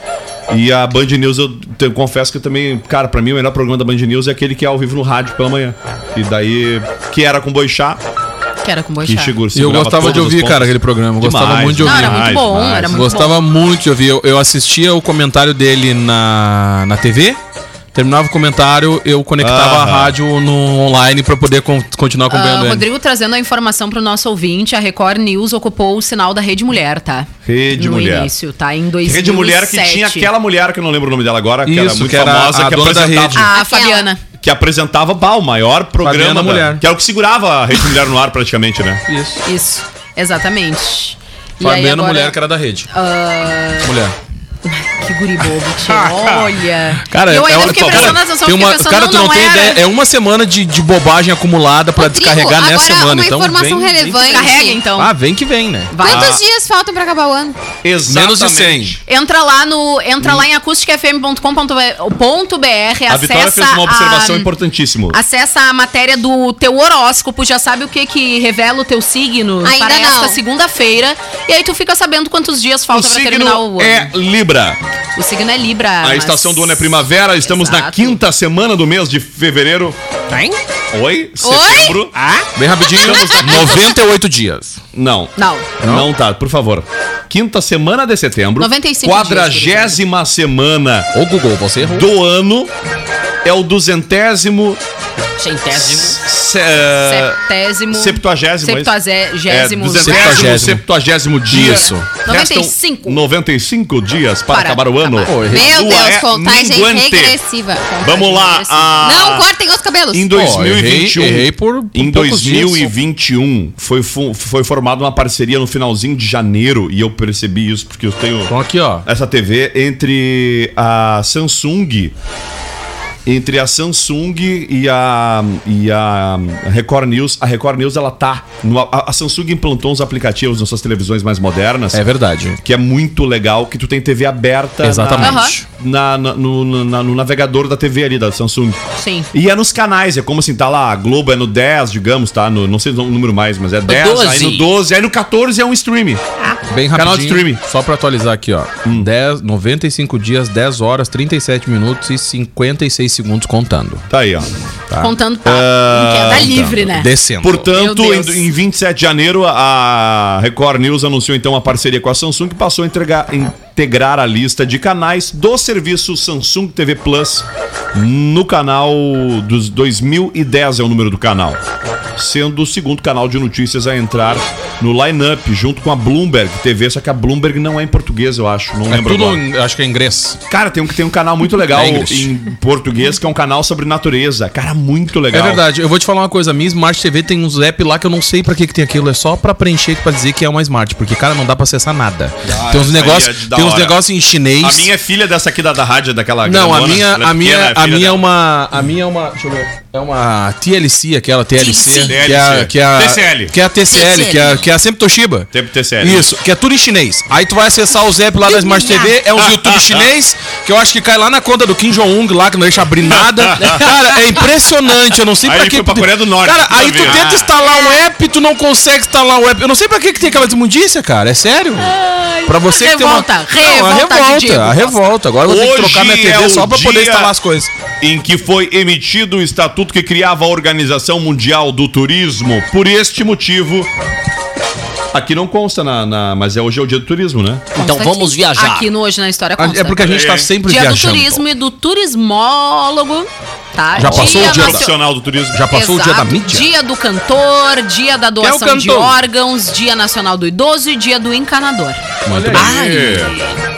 Speaker 4: E a Band News, eu te- confesso que eu também, cara, pra mim o melhor programa da Band News é aquele que é ao vivo no rádio pela manhã. E daí, que era com o Boixá,
Speaker 9: Que era com Ah,
Speaker 4: que
Speaker 9: boixá.
Speaker 4: chegou
Speaker 5: E eu gostava de ouvir, cara, aquele programa. Eu Gostava muito de
Speaker 9: Não,
Speaker 5: ouvir.
Speaker 9: era muito bom, era muito
Speaker 5: Gostava muito de ouvir. Eu, eu assistia o comentário dele na, na TV. Terminava o comentário, eu conectava a
Speaker 4: Aham.
Speaker 5: rádio no online pra poder con- continuar
Speaker 9: Ah,
Speaker 5: acompanhando ele.
Speaker 9: Rodrigo trazendo a informação pro nosso ouvinte, a Record News ocupou o sinal da Rede Mulher, tá?
Speaker 4: Rede
Speaker 9: no
Speaker 4: Mulher.
Speaker 9: início, tá? Em 2007.
Speaker 4: Rede é Mulher que tinha aquela mulher, que eu não lembro o nome dela agora, que era
Speaker 5: Isso,
Speaker 4: muito
Speaker 5: que era
Speaker 4: famosa,
Speaker 5: a
Speaker 4: que,
Speaker 5: dona da
Speaker 4: apresentava,
Speaker 5: rede.
Speaker 9: A
Speaker 11: Aquela.
Speaker 9: Ah, Fabiana.
Speaker 4: que apresentava bah, o maior programa.
Speaker 5: Fabiana
Speaker 4: da-
Speaker 5: Mulher.
Speaker 4: Que era o que segurava a Rede Mulher no ar praticamente, né?
Speaker 5: Isso.
Speaker 9: Isso, exatamente. E aí
Speaker 5: Fabiana
Speaker 9: agora- Ah.
Speaker 5: Mulher, que era da rede. Mulher.
Speaker 9: Que guri bobo, tio. Olha.
Speaker 5: Cara,
Speaker 9: E eu
Speaker 5: é
Speaker 9: ainda
Speaker 5: uma-
Speaker 9: fiquei
Speaker 5: cara,
Speaker 9: prestando atenção,
Speaker 5: tem
Speaker 9: fiquei
Speaker 5: uma,
Speaker 9: pensando,
Speaker 5: cara, tu não, tem
Speaker 9: era.
Speaker 5: ideia. É uma semana de, de bobagem acumulada pra descarregar
Speaker 11: agora
Speaker 5: nessa semana.
Speaker 11: uma
Speaker 5: então,
Speaker 11: informação
Speaker 5: vem- vem-
Speaker 11: relevante.
Speaker 9: Carrega, então.
Speaker 5: Ah, vem que vem, né?
Speaker 9: Vai.
Speaker 4: Ah,
Speaker 11: Quantos dias faltam pra acabar o ano?
Speaker 5: Menos de 100.
Speaker 9: Entra lá no, entra lá em acusticfm.com.br,
Speaker 4: A Vitória
Speaker 9: acessa
Speaker 4: fez uma observação
Speaker 9: a,
Speaker 4: importantíssima.
Speaker 9: acessa a matéria do teu horóscopo, já sabe o que que revela o teu signo
Speaker 11: Ainda
Speaker 9: para
Speaker 11: não.
Speaker 9: esta segunda-feira, e aí tu fica sabendo quantos dias
Speaker 4: O
Speaker 9: falta pra terminar o
Speaker 4: signo
Speaker 9: ano.
Speaker 4: é Libra.
Speaker 9: O signo é Libra.
Speaker 4: A
Speaker 9: mas-
Speaker 4: estação do ano é primavera. Estamos na
Speaker 9: Exato.
Speaker 4: quinta semana do mês de fevereiro.
Speaker 9: Tem?
Speaker 4: Oi? Setembro.
Speaker 9: Ah?
Speaker 5: Bem rapidinho.
Speaker 4: Estamos na-
Speaker 5: 98 dias.
Speaker 4: Não.
Speaker 9: Não.
Speaker 4: Não tá, por favor. Quinta semana de setembro.
Speaker 9: 95
Speaker 4: Quadragésima semana
Speaker 5: Ô, Google, você errou.
Speaker 4: do ano. É o duzentésimo.
Speaker 9: é
Speaker 6: Centésimo.
Speaker 4: se- eh,
Speaker 9: Septésimo.
Speaker 4: Septuagésimo. é isso? É,
Speaker 9: Septuagésimo.
Speaker 4: duzentésimo,
Speaker 5: Septuagésimo.
Speaker 4: septuagésimo dia.
Speaker 5: Isso.
Speaker 4: Restam
Speaker 9: 95.
Speaker 4: 95 dias para,
Speaker 9: Para
Speaker 4: acabar o ano.
Speaker 9: acabar.
Speaker 5: Pô, errei.
Speaker 11: Meu
Speaker 4: Lua
Speaker 11: Deus,
Speaker 4: é
Speaker 11: contagem
Speaker 4: minguante.
Speaker 11: regressiva. Contagem
Speaker 4: Vamos lá,
Speaker 11: regressiva.
Speaker 4: a-
Speaker 11: Não, cortem os cabelos.
Speaker 4: Em
Speaker 5: Pô,
Speaker 4: 2021.
Speaker 5: errei, errei por, por
Speaker 4: Em
Speaker 5: poucos dias.
Speaker 4: 2021 foi, fu- foi formada uma parceria no finalzinho de janeiro e eu percebi isso porque eu tenho
Speaker 5: Então aqui, ó.
Speaker 4: essa TV entre a Samsung entre a Samsung e a e a Record News, a Record News ela tá no, a, a Samsung implantou uns aplicativos nas suas televisões mais modernas.
Speaker 5: É verdade.
Speaker 4: Que é muito legal, que tu tem TV aberta na-
Speaker 5: Exatamente.
Speaker 4: na, na- no, no- na- no navegador da TV ali, da Samsung.
Speaker 9: Sim.
Speaker 4: E é nos canais, é como assim, tá lá, a Globo é no 10, digamos, tá? No, não sei o número mais, mas é 10, aí
Speaker 6: 12.
Speaker 4: no 12, aí no 14 é um streaming.
Speaker 5: Bem rapidinho.
Speaker 4: Canal de streaming. Hum.
Speaker 5: Só pra atualizar aqui, ó. 10, 95 dias, 10 horas, 37 minutos e 56 segundos contando.
Speaker 4: Tá aí, ó.
Speaker 9: Contando papo.
Speaker 5: Ah,
Speaker 9: em queda
Speaker 5: tá então,
Speaker 9: livre, né?
Speaker 5: Descendo.
Speaker 4: Portanto,
Speaker 9: Meu Deus.
Speaker 4: em, em 27 de janeiro, a Record News anunciou então a parceria com a Samsung e passou a entregar- integrar a lista de canais do serviço Samsung TV Plus no canal dos 2010 é o número do canal, sendo o segundo canal de notícias a entrar no line-up junto com a Bloomberg TV, só que a Bloomberg não é em português, eu acho, não
Speaker 5: é
Speaker 4: lembro
Speaker 5: tudo,
Speaker 4: agora.
Speaker 5: em- acho que é inglês.
Speaker 4: Cara, tem um que tem um canal muito legal
Speaker 5: É inglês.
Speaker 4: em português que é um canal sobre natureza. Cara, muito legal.
Speaker 5: É verdade. Eu vou te falar uma coisa. A minha Smart TV tem uns app lá que eu não sei pra que que tem aquilo. É só pra preencher, pra dizer que é uma Smart. Porque, cara, não dá pra acessar nada. tem uns
Speaker 4: essa aí é
Speaker 5: negócios
Speaker 4: de da
Speaker 5: tem uns
Speaker 4: hora.
Speaker 5: negócios em chinês.
Speaker 4: A minha é filha dessa aqui da, da rádio, daquela
Speaker 5: Não, a
Speaker 4: grandona,
Speaker 5: minha,
Speaker 4: ela é
Speaker 5: a minha,
Speaker 4: pequena,
Speaker 5: a
Speaker 4: filha
Speaker 5: minha é
Speaker 4: dela.
Speaker 5: uma, a minha é uma, deixa eu ver, é uma TLC, aquela TLC,
Speaker 4: TLC.
Speaker 5: que é a, que é a
Speaker 4: TCL.
Speaker 5: que é a TCL, que é, a- que é a sempre Toshiba.
Speaker 4: Tempo TCL.
Speaker 5: Isso, que é tudo em chinês. Aí tu vai acessar os apps lá da Smart TV, é uns YouTube chinês, que eu acho que cai lá na conta do Kim Jong-un, lá que não deixa abrir nada. Cara, é impressionante, eu não sei
Speaker 4: Aí
Speaker 5: pra que.
Speaker 4: foi pra Coreia do Norte,
Speaker 5: Cara,
Speaker 4: pra
Speaker 5: aí tu
Speaker 4: ver. Ah.
Speaker 5: tenta instalar um app, tu não consegue instalar um app. Eu não sei pra que, que tem aquela desmundícia, cara, é sério? Pra você que tem uma...
Speaker 9: Revolta,
Speaker 5: Não, a
Speaker 9: revolta de
Speaker 5: revolta,
Speaker 9: Diego
Speaker 5: a revolta. Agora eu vou ter que
Speaker 4: Hoje
Speaker 5: trocar minha TV
Speaker 4: é o
Speaker 5: só pra poder
Speaker 4: dia-
Speaker 5: instalar as coisas.
Speaker 4: Em que foi emitido o estatuto que criava a Organização Mundial do Turismo. Por este motivo. Aqui não consta, na, na- mas é hoje é o dia do turismo, né?
Speaker 6: Então
Speaker 9: Consta
Speaker 6: vamos
Speaker 9: aqui.
Speaker 6: viajar.
Speaker 9: Aqui no Hoje na História consta.
Speaker 5: É porque a gente tá
Speaker 4: É.
Speaker 5: sempre
Speaker 9: Dia do
Speaker 5: viajando.
Speaker 9: turismo e do turismólogo, tá?
Speaker 5: Já passou o dia da-
Speaker 9: nacio-
Speaker 4: Nacional do Turismo.
Speaker 5: Já passou o dia da
Speaker 9: Exato.
Speaker 5: mídia?
Speaker 9: Dia do cantor, dia da
Speaker 5: é o
Speaker 9: doação de
Speaker 5: cantor?
Speaker 9: órgãos, dia nacional do idoso e dia do encanador.
Speaker 5: Muito bem.
Speaker 4: É.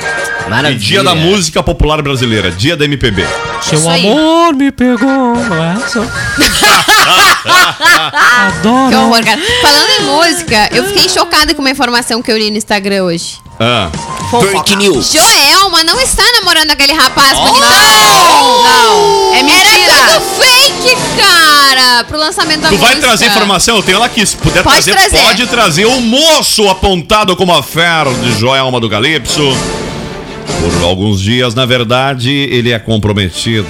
Speaker 4: E
Speaker 6: Maravilha.
Speaker 4: dia da música popular brasileira, dia da MPB.
Speaker 6: é
Speaker 9: Isso aí.
Speaker 3: me pegou,
Speaker 11: Que horror, cara. Falando em música, eu fiquei chocada com uma informação que eu li no Instagram hoje.
Speaker 4: Ah,
Speaker 6: Fake news.
Speaker 11: Joelma não está namorando aquele
Speaker 4: Oh,
Speaker 11: rapaz bonitão.
Speaker 9: Não, é
Speaker 11: Era
Speaker 9: mentira.
Speaker 11: tudo fake, cara. Pro lançamento da
Speaker 4: tu vai
Speaker 11: música.
Speaker 4: trazer informação? Eu tenho ela aqui. Se puder
Speaker 11: é. Pode
Speaker 4: trazer,
Speaker 11: trazer.
Speaker 4: pode trazer. O moço apontado como a fera de Joelma do Calypso. Por alguns dias, na verdade, ele é comprometido.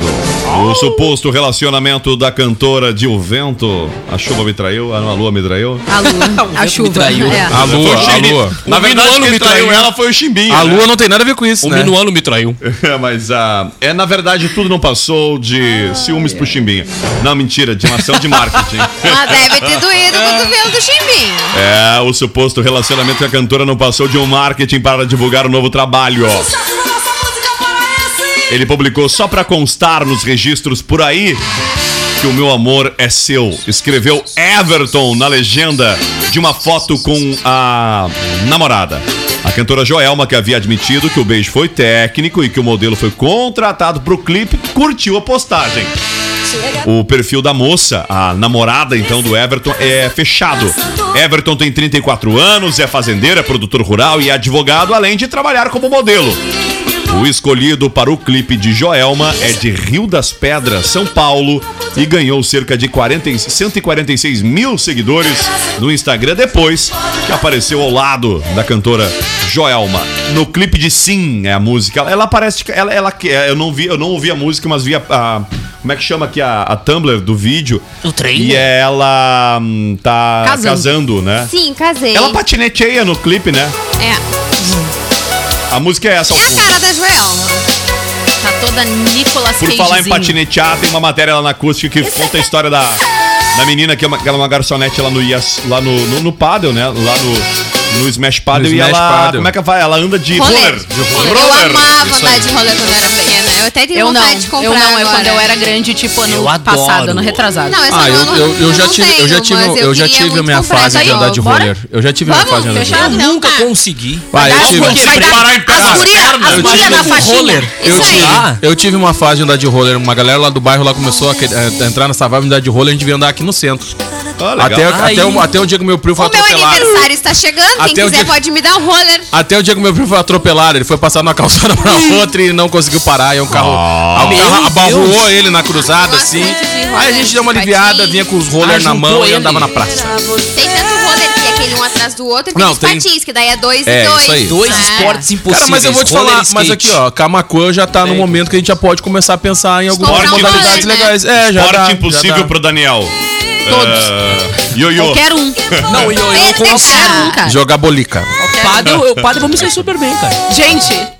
Speaker 4: O suposto relacionamento da cantora de O Vento. A chuva me traiu, a lua me traiu.
Speaker 9: A lua, a
Speaker 6: me
Speaker 9: chuva.
Speaker 6: traiu.
Speaker 9: é.
Speaker 5: A
Speaker 4: Foi o
Speaker 5: lua, a
Speaker 4: Ximbi-
Speaker 5: lua.
Speaker 4: Na verdade, quem traiu ela foi o Chimbinho.
Speaker 5: A lua não tem nada a ver com isso,
Speaker 6: O
Speaker 5: né?
Speaker 6: minuano me traiu.
Speaker 4: É, mas ah, é, na verdade, tudo não passou de ciúmes pro Chimbinha. Não, mentira, de uma ação de marketing.
Speaker 11: Ela deve ter doído o cotovelo do Chimbinho.
Speaker 4: é, o suposto relacionamento com a cantora não passou de um marketing para divulgar o novo trabalho, ó. Ele publicou só pra constar nos registros por aí que o meu amor é seu. Escreveu Everton na legenda de uma foto com a namorada. A cantora Joelma, que havia admitido que o beijo foi técnico e que o modelo foi contratado pro clipe, curtiu a postagem. O perfil da moça, a namorada então do Everton, é fechado. Everton tem 34 anos, é fazendeiro, é produtor rural e é advogado, além de trabalhar como modelo. O escolhido para o clipe de Joelma é de Rio das Pedras, São Paulo, e ganhou cerca de 40, e- 146 mil seguidores no Instagram depois que apareceu ao lado da cantora Joelma. No clipe de Sim, é a música. Ela parece. Ela, ela, eu, não vi, eu não ouvi a música, mas vi a. a- como é que chama aqui a, a Tumblr do vídeo?
Speaker 9: Um
Speaker 4: O trailer. E é- ela hum, tá casando, né?
Speaker 11: Sim, casei.
Speaker 4: Ela patineteia no clipe, né?
Speaker 11: É.
Speaker 4: A música é essa. ao
Speaker 11: É a
Speaker 4: fundo.
Speaker 11: cara da Joelma.
Speaker 9: Tá toda Nicolas
Speaker 4: Por falar em patinetear, tem uma matéria lá na acústica que conta a história da, da menina que é uma, que era uma garçonete lá no Ias- lá no, no, no Paddle, né? Lá no, no Smash Paddle.
Speaker 5: No
Speaker 4: e
Speaker 5: Smash
Speaker 4: ela.
Speaker 5: Paddle.
Speaker 4: Como é que ela vai? Ela anda de
Speaker 11: Rolê.
Speaker 4: roller. De roller.
Speaker 11: Eu amava
Speaker 4: Isso
Speaker 11: andar
Speaker 4: aí.
Speaker 11: de rolê quando eu era pequena. Eu até tenho
Speaker 9: Eu não,
Speaker 11: vontade de comprar.
Speaker 9: eu não, eu
Speaker 11: agora.
Speaker 9: quando eu era grande, tipo ano
Speaker 6: Eu adoro.
Speaker 9: passado, ano retrasado.
Speaker 11: Não, essa
Speaker 5: Ah,
Speaker 11: não,
Speaker 5: eu,
Speaker 11: não-
Speaker 5: eu, eu já
Speaker 11: não
Speaker 5: tive, eu
Speaker 11: tenho,
Speaker 5: já tive, um-
Speaker 11: mas
Speaker 5: eu já
Speaker 11: queria
Speaker 5: tive a
Speaker 11: muito
Speaker 5: minha
Speaker 11: comprar.
Speaker 5: fase
Speaker 11: Tá
Speaker 5: de
Speaker 11: aí, ó,
Speaker 5: andar de
Speaker 11: bora?
Speaker 5: roller. Eu já tive a minha
Speaker 11: Vamos,
Speaker 5: fase de andar de
Speaker 11: fechado?
Speaker 5: roller.
Speaker 6: Eu
Speaker 11: Não,
Speaker 6: nunca
Speaker 11: tá.
Speaker 6: consegui.
Speaker 5: Ah, eu tive,
Speaker 4: Porque ele parar em casa.
Speaker 9: As gurias as
Speaker 6: Eu
Speaker 9: guria
Speaker 6: tive
Speaker 9: na
Speaker 6: um
Speaker 9: faixinha.
Speaker 6: roller.
Speaker 5: Eu
Speaker 11: Isso aí.
Speaker 5: tive,
Speaker 6: Ah.
Speaker 5: eu tive uma fase de andar de roller. Uma galera lá do bairro lá começou a, que- a entrar nessa vibe de andar de roller. A gente veio andar aqui no centro.
Speaker 4: Ah, legal.
Speaker 5: Até,
Speaker 6: Ai.
Speaker 5: até, o, até o dia que meu primo foi
Speaker 11: O meu
Speaker 5: atropelado.
Speaker 11: aniversário está chegando. Quem
Speaker 5: Até o dia-
Speaker 11: quiser pode me dar um roller.
Speaker 5: Até o dia que meu primo foi atropelado. Ele foi passar numa calçada pra outra e não conseguiu parar. E um carro, ah, um
Speaker 6: Meu
Speaker 5: carro abarroou
Speaker 6: Deus.
Speaker 5: ele na cruzada,
Speaker 11: Um
Speaker 5: assim.
Speaker 11: acidente de roller.
Speaker 5: Aí a gente deu uma aliviada,
Speaker 11: Tadinho.
Speaker 5: vinha com os rollers
Speaker 6: Ah,
Speaker 5: na mão
Speaker 6: juntou
Speaker 5: e
Speaker 6: ele.
Speaker 5: andava na praça.
Speaker 11: Tem tanto roller que é aquele um atrás do outro e tem
Speaker 5: Não,
Speaker 11: os
Speaker 5: tem-
Speaker 11: patins, que daí é dois
Speaker 5: É,
Speaker 11: e dois.
Speaker 5: isso aí.
Speaker 6: Dois
Speaker 11: Ah.
Speaker 6: esportes impossíveis.
Speaker 5: Cara, mas eu vou te
Speaker 6: roller
Speaker 5: falar,
Speaker 6: e
Speaker 5: mas
Speaker 6: skate.
Speaker 5: aqui, ó, Camacuã já tá no
Speaker 6: Sei.
Speaker 5: momento que a gente já pode começar a pensar em algumas
Speaker 11: comprar um
Speaker 5: modalidades
Speaker 11: roller, né?
Speaker 5: legais. É, já
Speaker 4: Esporte
Speaker 5: dá, já
Speaker 4: impossível
Speaker 5: dá.
Speaker 4: pro Daniel. Todos. Ioiô.
Speaker 9: Qualquer um.
Speaker 6: Não, e eu, eu,
Speaker 11: Perder,
Speaker 9: Qualquer
Speaker 5: Ah,
Speaker 9: um,
Speaker 11: cara.
Speaker 9: cara.
Speaker 5: Jogar bolica.
Speaker 6: Padre, eu, padre, eu vou me sair super bem, cara.
Speaker 9: Gente,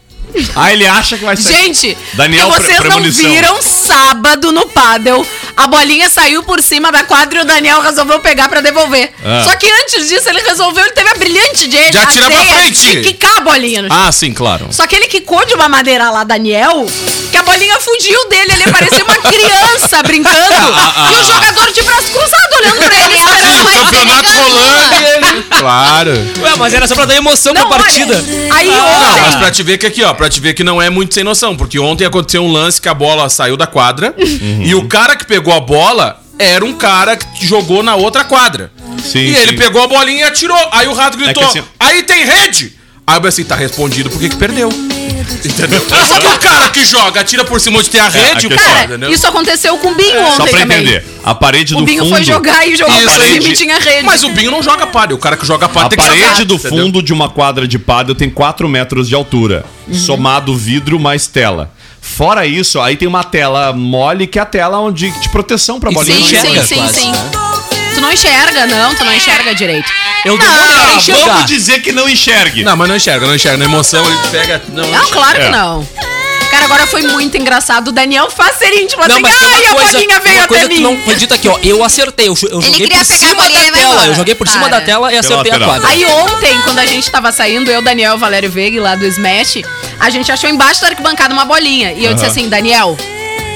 Speaker 4: Ah, ele acha que vai sair.
Speaker 9: Gente,
Speaker 4: Daniel,
Speaker 9: que
Speaker 4: pre-
Speaker 9: vocês não
Speaker 4: premonição.
Speaker 9: viram sábado no pádel. A bolinha saiu por cima da quadra e o Daniel resolveu pegar pra devolver.
Speaker 4: Ah.
Speaker 9: Só que antes disso, ele resolveu, ele teve a brilhante de
Speaker 5: Já
Speaker 9: a
Speaker 5: tira pra
Speaker 9: ideia
Speaker 5: frente.
Speaker 9: de quicar a bolinha no chão.
Speaker 5: Ah, sim, claro.
Speaker 9: Só que ele quicou de uma maneira lá, Daniel, que a bolinha fugiu dele. Ele parecia uma criança brincando. e o jogador de braço cruzado olhando pra ele, esperando mais
Speaker 5: Campeonato rolando e ele. Claro.
Speaker 6: Ué, mas era só pra dar emoção
Speaker 9: Não,
Speaker 6: pra
Speaker 9: Então, olha,
Speaker 6: partida.
Speaker 9: Aí
Speaker 5: Não, Ah, mas
Speaker 9: ontem,
Speaker 5: pra te ver que aqui, ó, pra te ver que não é muito sem noção, porque ontem aconteceu um lance que a bola saiu da quadra
Speaker 4: Uhum.
Speaker 5: e o cara que pegou a bola era um cara que jogou na outra quadra.
Speaker 4: Sim,
Speaker 5: e ele
Speaker 4: sim.
Speaker 5: pegou a bolinha e atirou. Aí o rato gritou:
Speaker 4: que assim-
Speaker 5: Aí tem rede! Aí eu pensei, tá respondido porque que perdeu. Entendeu? Só que o cara que joga, atira por cima onde tem a rede,
Speaker 4: a
Speaker 5: pô,
Speaker 4: questão-
Speaker 9: cara,
Speaker 5: entendeu?
Speaker 9: isso aconteceu com o Binho ontem
Speaker 4: Só pra
Speaker 9: também.
Speaker 4: entender. A parede
Speaker 9: O
Speaker 4: do
Speaker 9: Binho
Speaker 4: fundo.
Speaker 9: foi jogar e jogou
Speaker 5: Isso
Speaker 9: pra
Speaker 5: aí.
Speaker 9: cima e tinha rede.
Speaker 5: Mas o Binho não joga pádel. O cara que joga
Speaker 4: A
Speaker 5: pádel tem que jogar.
Speaker 4: parede do
Speaker 5: entendeu?
Speaker 4: fundo de uma quadra de pádel tem 4 metros de altura,
Speaker 5: Uhum.
Speaker 4: somado vidro mais tela. Fora isso, aí tem uma tela mole que é a tela onde de proteção pra bolinha.
Speaker 9: sim,
Speaker 4: não
Speaker 9: sim,
Speaker 4: enxerga.
Speaker 9: sim,
Speaker 6: quase,
Speaker 9: sim.
Speaker 6: né?
Speaker 9: Tu não enxerga, não, tu não enxerga direito.
Speaker 6: Eu demorei pra enxergar.
Speaker 4: Vamos dizer que não enxergue.
Speaker 5: Não, mas não enxerga, não enxerga. Na emoção ele pega. Não,
Speaker 9: Não, claro
Speaker 4: É.
Speaker 9: que não. Cara, agora foi muito engraçado. O Daniel faz serinho de uma
Speaker 6: Não,
Speaker 9: assim,
Speaker 6: mas tem uma
Speaker 9: ai, a
Speaker 6: coisa,
Speaker 9: bolinha veio
Speaker 6: uma coisa
Speaker 9: até
Speaker 6: que
Speaker 9: mim.
Speaker 6: não foi dita aqui, ó. Eu acertei, eu, jo- eu
Speaker 11: Ele
Speaker 6: joguei
Speaker 11: queria
Speaker 6: por
Speaker 11: pegar a
Speaker 6: cima
Speaker 11: bolinha e
Speaker 6: da
Speaker 11: vai
Speaker 6: tela.
Speaker 11: embora.
Speaker 6: Eu joguei por cima
Speaker 9: Para.
Speaker 6: da tela e acertei a
Speaker 4: lateral.
Speaker 6: quadra.
Speaker 9: Aí ontem, quando a gente tava saindo, eu, Daniel, Valério Veiga e lá do Smash, a gente achou embaixo da arquibancada uma bolinha. E eu disse assim, Daniel,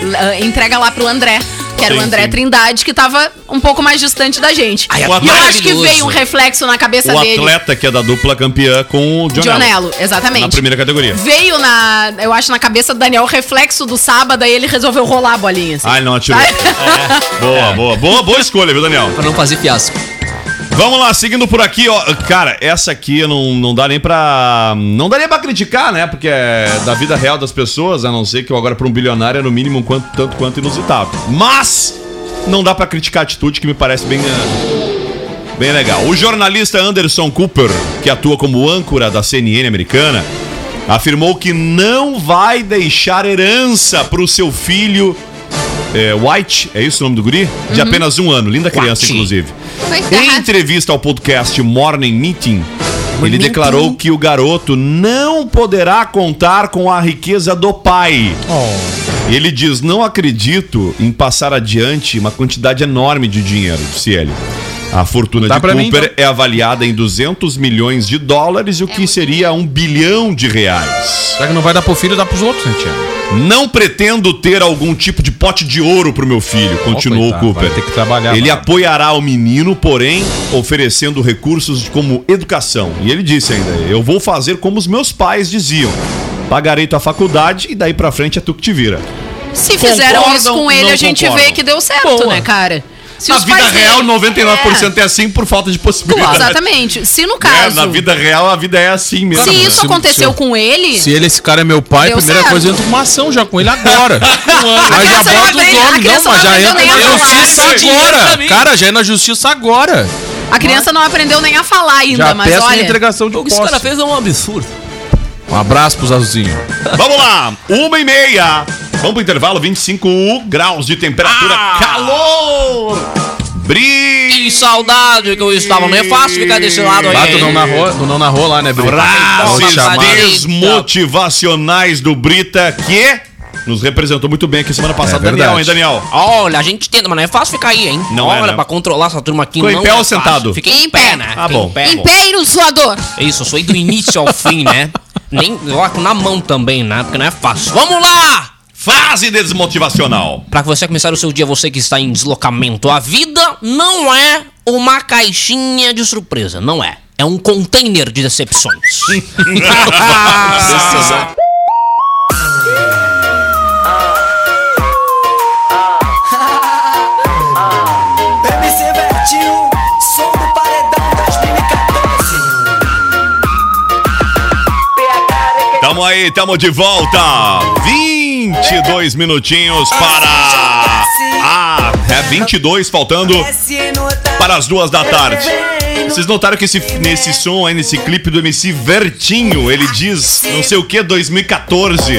Speaker 9: l- ah, entrega lá pro André. Que era o
Speaker 4: Sim,
Speaker 9: André
Speaker 4: sim.
Speaker 9: Trindade, que tava um pouco mais distante da gente.
Speaker 6: Ai,
Speaker 9: e
Speaker 6: é
Speaker 9: eu acho que
Speaker 6: maravilhoso.
Speaker 9: veio um reflexo na cabeça
Speaker 4: O
Speaker 9: dele.
Speaker 4: atleta que é da dupla campeã com o Dionello.
Speaker 9: Dionello, exatamente.
Speaker 4: Na primeira categoria.
Speaker 9: Veio na, eu acho, na cabeça do Daniel o reflexo do sábado, aí ele resolveu rolar a bolinha. assim.
Speaker 4: Ah, ele não atirou. É, Boa, boa, boa, boa escolha, viu, Daniel?
Speaker 6: Pra não fazer fiasco.
Speaker 4: Vamos lá, seguindo por aqui, ó. Cara, essa aqui não, não dá nem pra. Não dá nem pra criticar, né? Porque é da vida real das pessoas, a não ser que eu agora pra um bilionário é no mínimo um quanto, tanto quanto inusitado. Mas não dá pra criticar a atitude que me parece bem. né? eh, Bem legal. O jornalista Anderson Cooper, que atua como âncora da CNN americana, afirmou que não vai deixar herança pro seu filho eh, White, é isso o nome do guri? De apenas um ano. Linda criança,
Speaker 6: White.
Speaker 4: inclusive. Em
Speaker 11: Coitado.
Speaker 4: entrevista ao podcast Morning Meeting, ele declarou que o garoto não poderá contar com a riqueza do pai. Ele diz: Não acredito em passar adiante uma quantidade enorme de dinheiro, disse ele. A fortuna
Speaker 5: Dá
Speaker 4: de
Speaker 5: pra
Speaker 4: Cooper
Speaker 5: mim, então?
Speaker 4: é avaliada em 200 milhões de dólares, o que seria um bilhão de reais.
Speaker 5: Será que não vai dar pro filho, dá pros outros, né, Santiago.
Speaker 4: Não pretendo ter algum tipo de pote de ouro pro meu filho, continuou
Speaker 5: coitado,
Speaker 4: o Cooper.
Speaker 5: vai ter que trabalhar,
Speaker 4: ele
Speaker 5: mano.
Speaker 4: apoiará o menino, porém, oferecendo recursos como educação. E ele disse ainda: "Eu vou fazer como os meus pais diziam. Pagarei tua faculdade e daí pra frente é tu que te vira."
Speaker 9: Se fizeram isso
Speaker 4: Concordam,
Speaker 9: com ele,
Speaker 4: não
Speaker 9: a gente
Speaker 4: concordam.
Speaker 9: vê que deu certo,
Speaker 6: Boa.
Speaker 9: né, cara? Se
Speaker 4: Na
Speaker 9: os
Speaker 4: vida
Speaker 9: pais
Speaker 4: real,
Speaker 9: dele-
Speaker 4: 99% é. assim por falta de possibilidade.
Speaker 9: Exatamente. Se no
Speaker 4: É,
Speaker 9: caso.
Speaker 4: na vida real, a vida é assim mesmo.
Speaker 9: Se isso
Speaker 5: se-
Speaker 9: aconteceu
Speaker 5: se-
Speaker 9: com ele.
Speaker 5: Se ele, esse cara é meu pai, a
Speaker 9: Deu
Speaker 5: primeira
Speaker 9: certo.
Speaker 5: coisa, eu entro com uma ação já com ele agora. Mas já
Speaker 9: criança não
Speaker 5: bota os
Speaker 9: aprende- a
Speaker 5: nomes, não,
Speaker 9: criança
Speaker 5: mas
Speaker 9: não
Speaker 5: já
Speaker 9: aprendeu
Speaker 5: entra
Speaker 9: nem a
Speaker 5: na
Speaker 9: falar.
Speaker 5: justiça
Speaker 9: Isso é dinheiro pra
Speaker 5: agora.
Speaker 9: mim.
Speaker 5: Cara, já é na justiça agora.
Speaker 9: A criança não aprendeu nem a falar ainda,
Speaker 5: Já
Speaker 9: mas
Speaker 5: peço minha
Speaker 9: olha.
Speaker 5: entregação de
Speaker 6: O que esse cara
Speaker 5: posse.
Speaker 6: fez é um absurdo.
Speaker 5: Um abraço pros Azuzinho.
Speaker 4: Vamos lá, uma e meia. Vamos pro intervalo, 25 graus de temperatura,
Speaker 9: Ah!
Speaker 4: calor.
Speaker 6: Que
Speaker 4: Brilho.
Speaker 6: saudade que eu estava. Não é fácil ficar desse lado aí.
Speaker 5: Ah, tu
Speaker 6: hein?
Speaker 5: não narrou, tu não narrou lá, né, Brito? Vou te
Speaker 4: Frases
Speaker 5: chamar.
Speaker 4: desmotivacionais do Brita que nos representou muito bem aqui semana passada.
Speaker 5: É
Speaker 4: Daniel, hein,
Speaker 5: verdade.
Speaker 4: Daniel?
Speaker 6: Olha, a gente tenta, mas não é fácil ficar aí, hein?
Speaker 4: Não é,
Speaker 6: Olha,
Speaker 4: né?
Speaker 6: pra controlar essa turma aqui
Speaker 4: Ficou em
Speaker 6: não
Speaker 4: pé
Speaker 6: é
Speaker 4: ou
Speaker 6: fácil.
Speaker 4: sentado?
Speaker 6: Fiquei em,
Speaker 11: Em
Speaker 6: pé,
Speaker 11: pé.
Speaker 6: né?
Speaker 4: Ah,
Speaker 6: Fiquei
Speaker 4: bom.
Speaker 6: Em pé, bom.
Speaker 11: Impeiro zoador.
Speaker 6: Isso, eu sou aí do início ao fim, né? Nem coloco na mão também, né? Porque não é fácil. Vamos lá!
Speaker 4: Frase desmotivacional.
Speaker 6: Pra você começar o seu dia, você que está em deslocamento, a vida não é uma caixinha de surpresa, não é. É um container de decepções.
Speaker 8: MC Vertinho, som do paredão 2014.
Speaker 4: Tamo aí, tamo de volta. 22 minutinhos para. Ah, é 22 faltando para as duas da tarde. Vocês notaram que esse, nesse som aí, nesse clipe do MC Vertinho, ele diz não sei o que 2014.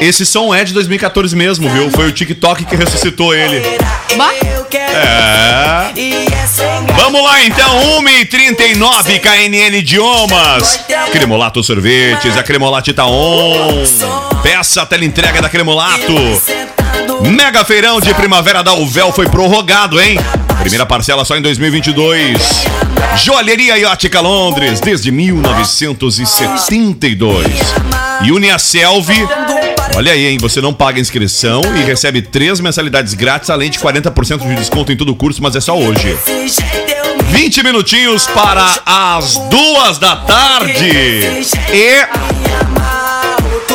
Speaker 4: Esse som é de 2014 mesmo, viu? Foi o TikTok que ressuscitou ele.
Speaker 9: Bah,
Speaker 4: É. Vamos lá então, 1h39 KNN Idiomas. Cremolato Sorvetes, a Cremolate tá on. Peça a teleentrega da Cremolato. Mega feirão de primavera da Uvel foi prorrogado, hein? Primeira parcela só em 2022. Joalheria Iótica Londres, desde 1972. E une a Selvi. Olha aí, hein? Você não paga inscrição e recebe três mensalidades grátis, além de 40% de desconto em todo o curso, mas é só hoje. 20 minutinhos para as duas da tarde. E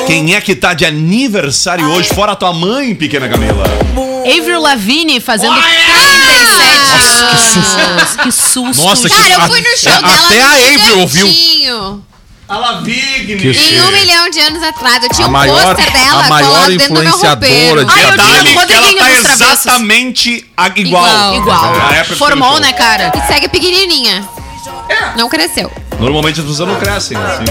Speaker 4: quem é que tá de aniversário hoje, fora tua mãe, pequena Camila?
Speaker 9: Avril Lavigne fazendo 37 anos. Que susto.
Speaker 5: Nossa, que
Speaker 11: Cara, eu fui no show
Speaker 5: a- é
Speaker 11: dela.
Speaker 5: Até
Speaker 11: no
Speaker 5: a Avril ouviu.
Speaker 11: gigantinho.
Speaker 4: Alavigne!
Speaker 11: Em um milhão de anos atrás. Eu tinha
Speaker 5: A
Speaker 11: um
Speaker 5: maior-
Speaker 11: pôster dela
Speaker 5: a maior
Speaker 11: colado dentro do meu
Speaker 5: influenciadora
Speaker 11: roupeiro.
Speaker 5: de-
Speaker 9: Ai, eu
Speaker 4: Detalhe
Speaker 9: tinha
Speaker 4: que ela
Speaker 9: Rodriguinho
Speaker 4: tá
Speaker 9: dos um Travessas.
Speaker 4: exatamente a- igual.
Speaker 11: Igual.
Speaker 9: Igual.
Speaker 4: Na época que
Speaker 9: Formol,
Speaker 4: ele
Speaker 9: né, cara?
Speaker 11: E segue pequenininha. Não cresceu.
Speaker 4: foi. Normalmente as pessoas não crescem assim.